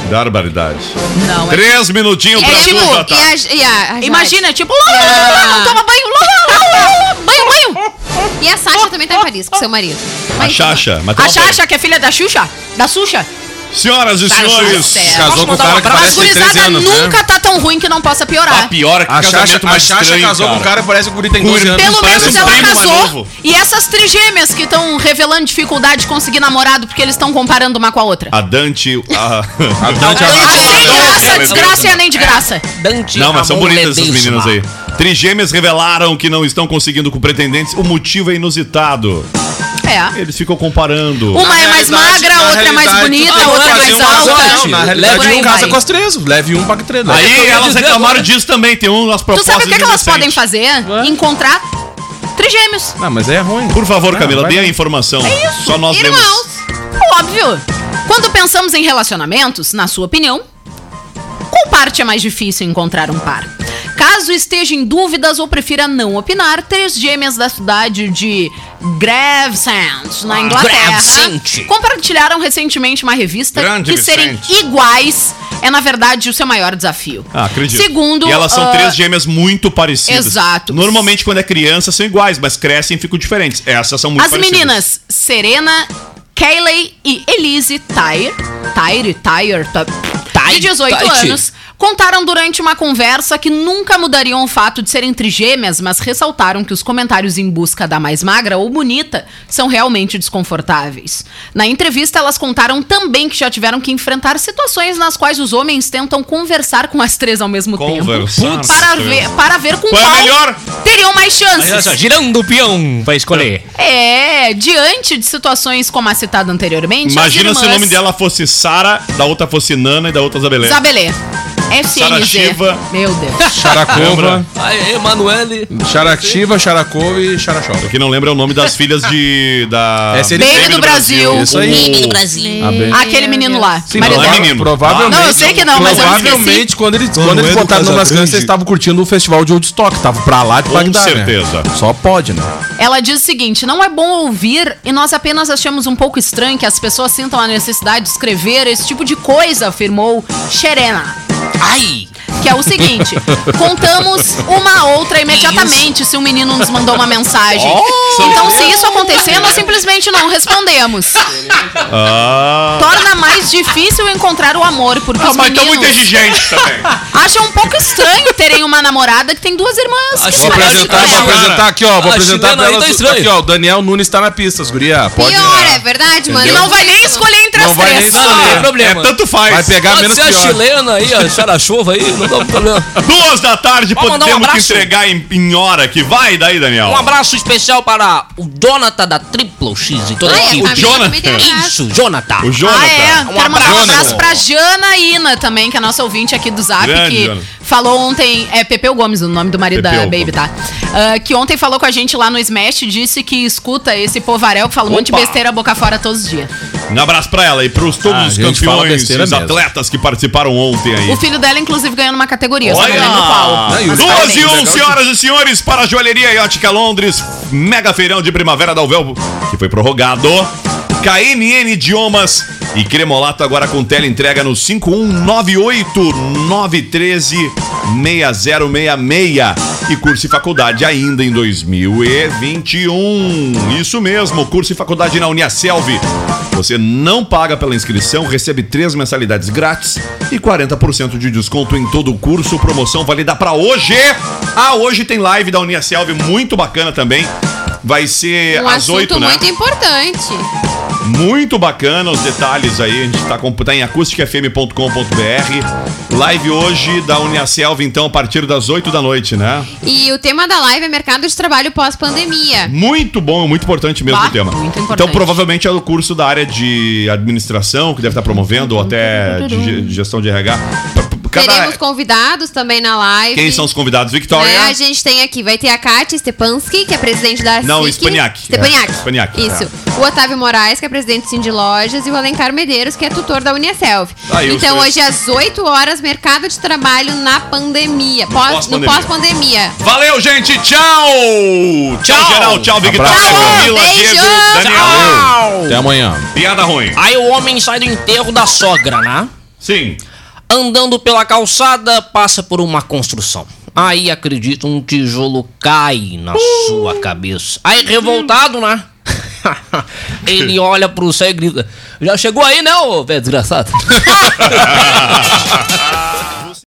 Speaker 4: Barbaridade.
Speaker 9: Não, é-
Speaker 4: Três minutinhos pra
Speaker 11: É tipo,
Speaker 4: duas da
Speaker 5: Tá.
Speaker 11: e
Speaker 4: tarde.
Speaker 11: a, e a- a
Speaker 9: Imagina, tipo, lá, lá, lá, lá, lá, toma banho, lá, lá, lá, lá, banho, banho.
Speaker 11: Jade. E a Sasha também tá
Speaker 9: Oh,
Speaker 11: em Paris, com seu marido.
Speaker 5: oh.
Speaker 4: A Xaxa. mas
Speaker 9: A
Speaker 4: toma banho.
Speaker 9: Xaxa, que é filha da Xuxa? Da Xuxa?
Speaker 4: Senhoras e senhores.
Speaker 9: Certo.
Speaker 5: Casou com o cara que
Speaker 9: Mas
Speaker 5: parece ter
Speaker 9: gurizada
Speaker 5: 13 anos, né?
Speaker 9: nunca tá tão ruim que não possa piorar.
Speaker 4: A pior é que
Speaker 5: A Xaxa, a Xaxa casou com um cara que parece que o guri tem 12 anos.
Speaker 9: Pelo
Speaker 4: parece
Speaker 9: menos
Speaker 4: um
Speaker 9: ela
Speaker 4: primo mais
Speaker 9: casou.
Speaker 4: novo.
Speaker 9: E essas trigêmeas que estão revelando dificuldade de conseguir namorado porque eles estão comparando uma com a outra.
Speaker 4: A Dante. A,
Speaker 5: A Dante
Speaker 9: A
Speaker 5: Amaral.
Speaker 9: sem graça, a
Speaker 4: Ela é
Speaker 9: desgraça e a nem de graça.
Speaker 6: Dante
Speaker 4: Não, mas são
Speaker 6: Ramon
Speaker 4: bonitas essas
Speaker 6: Ledesma.
Speaker 4: meninas aí. Trigêmeas revelaram que não estão conseguindo com pretendentes. O motivo é inusitado.
Speaker 9: É.
Speaker 4: Eles ficam comparando.
Speaker 9: Uma é mais
Speaker 5: realidade,
Speaker 9: magra,
Speaker 5: na
Speaker 9: outra é mais
Speaker 5: realidade,
Speaker 9: bonita,
Speaker 5: tu tem
Speaker 9: outra é
Speaker 5: que fazer
Speaker 9: mais
Speaker 5: uma né?
Speaker 9: alta.
Speaker 5: Não, na realidade,
Speaker 9: Por aí
Speaker 5: um casa
Speaker 9: vai.
Speaker 5: com as três. Leve um pra que três. leve.
Speaker 4: Aí elas
Speaker 6: dizendo,
Speaker 4: reclamaram
Speaker 6: né?
Speaker 4: disso também. Tem um, umas
Speaker 9: Tu
Speaker 4: propostas.
Speaker 9: sabe o que, que elas
Speaker 4: indecentes.
Speaker 9: podem fazer? Encontrar trigêmeos.
Speaker 5: Ah, mas é ruim.
Speaker 4: Por favor,
Speaker 5: Ah,
Speaker 4: Camila,
Speaker 5: vai
Speaker 4: dê a
Speaker 5: bem.
Speaker 4: informação.
Speaker 9: É isso.
Speaker 4: Só nós
Speaker 11: Irmãos.
Speaker 4: lemos.
Speaker 9: Óbvio. Quando pensamos em relacionamentos, na sua opinião, qual parte é mais difícil encontrar um par? Caso esteja em dúvidas ou prefira não opinar, três gêmeas da cidade de Gravesend,
Speaker 4: Ah,
Speaker 9: na Inglaterra,
Speaker 6: Gravesend.
Speaker 9: compartilharam recentemente uma revista
Speaker 4: Grande
Speaker 9: que serem
Speaker 4: Vicente.
Speaker 9: iguais é, na verdade, o seu maior desafio.
Speaker 4: Ah, acredito.
Speaker 9: Segundo...
Speaker 4: E elas são
Speaker 9: ah,
Speaker 4: três gêmeas muito parecidas.
Speaker 9: Exato.
Speaker 4: Normalmente, quando é criança, são iguais, mas crescem e ficam diferentes. Essas são muito
Speaker 9: As
Speaker 4: parecidas.
Speaker 9: meninas Serena, Kayleigh e Elise Tyre, Tyre, Tyre, Tyre de 18
Speaker 6: Tyre.
Speaker 9: anos, contaram durante uma conversa que nunca mudariam o fato de serem trigêmeas, mas ressaltaram que os comentários em busca da mais magra ou bonita são realmente desconfortáveis. Na entrevista, elas contaram também que já tiveram que enfrentar situações nas quais os homens tentam conversar com as três ao mesmo
Speaker 4: Conversar
Speaker 9: tempo
Speaker 4: com
Speaker 9: para
Speaker 4: as
Speaker 9: ver,
Speaker 4: três.
Speaker 9: para ver com
Speaker 4: Qual é a melhor?
Speaker 9: teriam mais
Speaker 6: Mas
Speaker 9: chances.
Speaker 6: olha só, girando o peão pra escolher.
Speaker 9: É, diante de situações como a citada anteriormente.
Speaker 4: Imagina
Speaker 9: as
Speaker 4: se o
Speaker 9: irmãs
Speaker 4: nome dela fosse Sara, da outra fosse Nana e da outra Zabelé.
Speaker 9: Isabelê.
Speaker 4: Sara
Speaker 9: SNZ.
Speaker 4: Shiva.
Speaker 9: Meu Deus.
Speaker 5: Xaracova,
Speaker 6: Aí, Emanuele.
Speaker 5: Xarativa, Xaracova e Xarachola.
Speaker 4: Quem não lembra é o nome das filhas é de. da.
Speaker 5: SNZ.
Speaker 4: BM
Speaker 9: Baby do Brasil.
Speaker 5: Isso aí.
Speaker 4: O-
Speaker 6: Brasil.
Speaker 5: Ah,
Speaker 9: Aquele menino lá.
Speaker 5: Sim,
Speaker 4: Mas
Speaker 9: Marido-
Speaker 4: não é
Speaker 5: prova-
Speaker 4: menino.
Speaker 5: Provavelmente.
Speaker 9: Não, eu sei que não, mas eu
Speaker 5: Provavelmente, quando eles, quando eles botaram no Brascan, eles estavam curtindo o festival de Woodstock. Tava pra lá de
Speaker 4: Com
Speaker 5: Bagdá. né?
Speaker 4: certeza.
Speaker 5: Só pode, né?
Speaker 9: Ela diz o seguinte: não é bom ouvir e nós apenas achamos um pouco estranho que as pessoas sintam a necessidade de escrever esse tipo de coisa, afirmou Xerena.
Speaker 6: Ai.
Speaker 9: Que é o seguinte: contamos uma a outra imediatamente se um menino nos mandou uma mensagem. então, se isso acontecer, nós simplesmente não respondemos.
Speaker 4: Ah,
Speaker 9: torna mais difícil encontrar o amor, porque
Speaker 4: ah
Speaker 9: os
Speaker 4: mas tá
Speaker 9: meninos
Speaker 4: muito exigente também.
Speaker 9: acham um pouco estranho terem uma namorada que tem duas irmãs.
Speaker 6: Acho
Speaker 5: Vou
Speaker 9: que é.
Speaker 6: Sim,
Speaker 9: parecem
Speaker 5: Assim, apresentar,
Speaker 9: com
Speaker 5: vou
Speaker 9: ela.
Speaker 5: apresentar aqui, ó. Vou
Speaker 6: A
Speaker 5: apresentar
Speaker 6: chilena
Speaker 5: pra
Speaker 9: então
Speaker 6: aí tá
Speaker 5: elas.
Speaker 6: estranha.
Speaker 5: aqui, ó. O Daniel Nunes tá na pista, as guria. Pode.
Speaker 11: Pior, é verdade, mano.
Speaker 9: E não vai nem escolher entre
Speaker 5: Não
Speaker 9: as
Speaker 5: vai nem
Speaker 9: três.
Speaker 6: Não, não tem problema.
Speaker 4: É, tanto faz.
Speaker 5: Vai pegar
Speaker 6: Pode
Speaker 5: menos
Speaker 6: ser a
Speaker 5: pior.
Speaker 6: chilena aí, a Xarachova aí, não dá problema.
Speaker 4: Duas da tarde,
Speaker 6: Vamos mandar um
Speaker 4: podemos te
Speaker 6: abraço.
Speaker 4: entregar em, em hora que vai daí, Daniel.
Speaker 6: Um abraço especial para o Jonathan da Triple X e toda a
Speaker 11: Ah, é,
Speaker 6: equipe.
Speaker 11: a
Speaker 4: Jonathan.
Speaker 11: Camila também tem um braço.
Speaker 6: Isso, Jonathan.
Speaker 4: O Jonathan.
Speaker 9: Ah, é.
Speaker 6: Um
Speaker 9: Quero mandar um
Speaker 6: abraço.
Speaker 9: abraço pra Janaína também, que é a nossa ouvinte aqui do Zap,
Speaker 4: Grande,
Speaker 9: que
Speaker 4: Jana.
Speaker 9: falou ontem. É Pepeu Gomes, o nome do marido da
Speaker 4: Pepeu
Speaker 9: Baby,
Speaker 4: Gomes.
Speaker 9: tá? Ah, que ontem falou com a gente lá no Smash, disse que escuta esse povarel que fala um monte de
Speaker 4: Opa.
Speaker 9: besteira boca fora todos os dias.
Speaker 4: Um abraço pra ela e pros todos
Speaker 5: Ah,
Speaker 4: os
Speaker 5: a gente fala
Speaker 4: campeões,
Speaker 5: besteira
Speaker 4: os
Speaker 5: mesmo.
Speaker 4: atletas que participaram ontem aí.
Speaker 9: O filho dela, inclusive, ganhou numa categoria, só não
Speaker 4: Olha!
Speaker 9: lembro qual.
Speaker 5: Não, e os
Speaker 9: Mas parabéns.
Speaker 4: 12 e 1, senhoras e senhores, para a joalheria e ótica Londres, mega feirão de primavera da Uvel, que foi prorrogado. KNN Idiomas e Cremolato agora com tela entrega no um 5198-913-6066. E curso e faculdade ainda em 2021. Isso mesmo, curso e faculdade na Uniaselv. Você não paga pela inscrição, recebe três mensalidades grátis e 40% de desconto em todo o curso. Promoção válida para hoje. Ah, hoje tem live da Uniaselv, muito bacana também. Vai ser
Speaker 11: Um
Speaker 4: às
Speaker 11: assunto
Speaker 4: 8, né?
Speaker 11: muito importante.
Speaker 4: Muito bacana os detalhes aí. A gente tá, com- tá em acusticfm.com.br. Live hoje da Uniaselva, então, a partir das 8 da noite, né?
Speaker 11: E o tema da live é mercado de trabalho pós-pandemia.
Speaker 4: Muito bom, muito importante mesmo
Speaker 11: Bah,
Speaker 4: o tema.
Speaker 11: muito importante.
Speaker 4: Então, provavelmente é o curso da área de administração que deve estar promovendo, ou até de ge- de gestão de RH. Cada...
Speaker 11: Teremos convidados também na live.
Speaker 4: Quem são os convidados?
Speaker 11: Né? A
Speaker 4: Victoria?
Speaker 11: gente tem aqui, vai ter a Kátia Stepanski, que é presidente da
Speaker 4: Não,
Speaker 11: SIC.
Speaker 4: Stepaniak.
Speaker 11: Stepaniak.
Speaker 4: É, Stepaniak,
Speaker 11: Isso.
Speaker 4: é.
Speaker 11: O Otávio Moraes, que é presidente do Cindy Lojas, e o Alencar Medeiros, que é tutor da Uniaself.
Speaker 4: Tá Aí, os
Speaker 11: então,
Speaker 4: três.
Speaker 11: hoje às 8 horas, mercado de trabalho na pandemia. Pós- no
Speaker 4: pós-pandemia.
Speaker 11: pós-pandemia.
Speaker 4: Valeu, gente! Tchau! Tchau, geral, tchau, Victoria,
Speaker 5: Abraço.
Speaker 4: Camila,
Speaker 11: Beijo.
Speaker 4: Diego, Daniel.
Speaker 5: Até amanhã.
Speaker 4: Piada ruim.
Speaker 6: Aí o homem sai do enterro da sogra, né?
Speaker 4: Sim.
Speaker 6: Andando pela calçada, passa por uma construção. Aí, acredito, um tijolo cai na sua cabeça. Aí, revoltado, né? Ele olha pro céu e grita: Já chegou aí, né, ô velho desgraçado?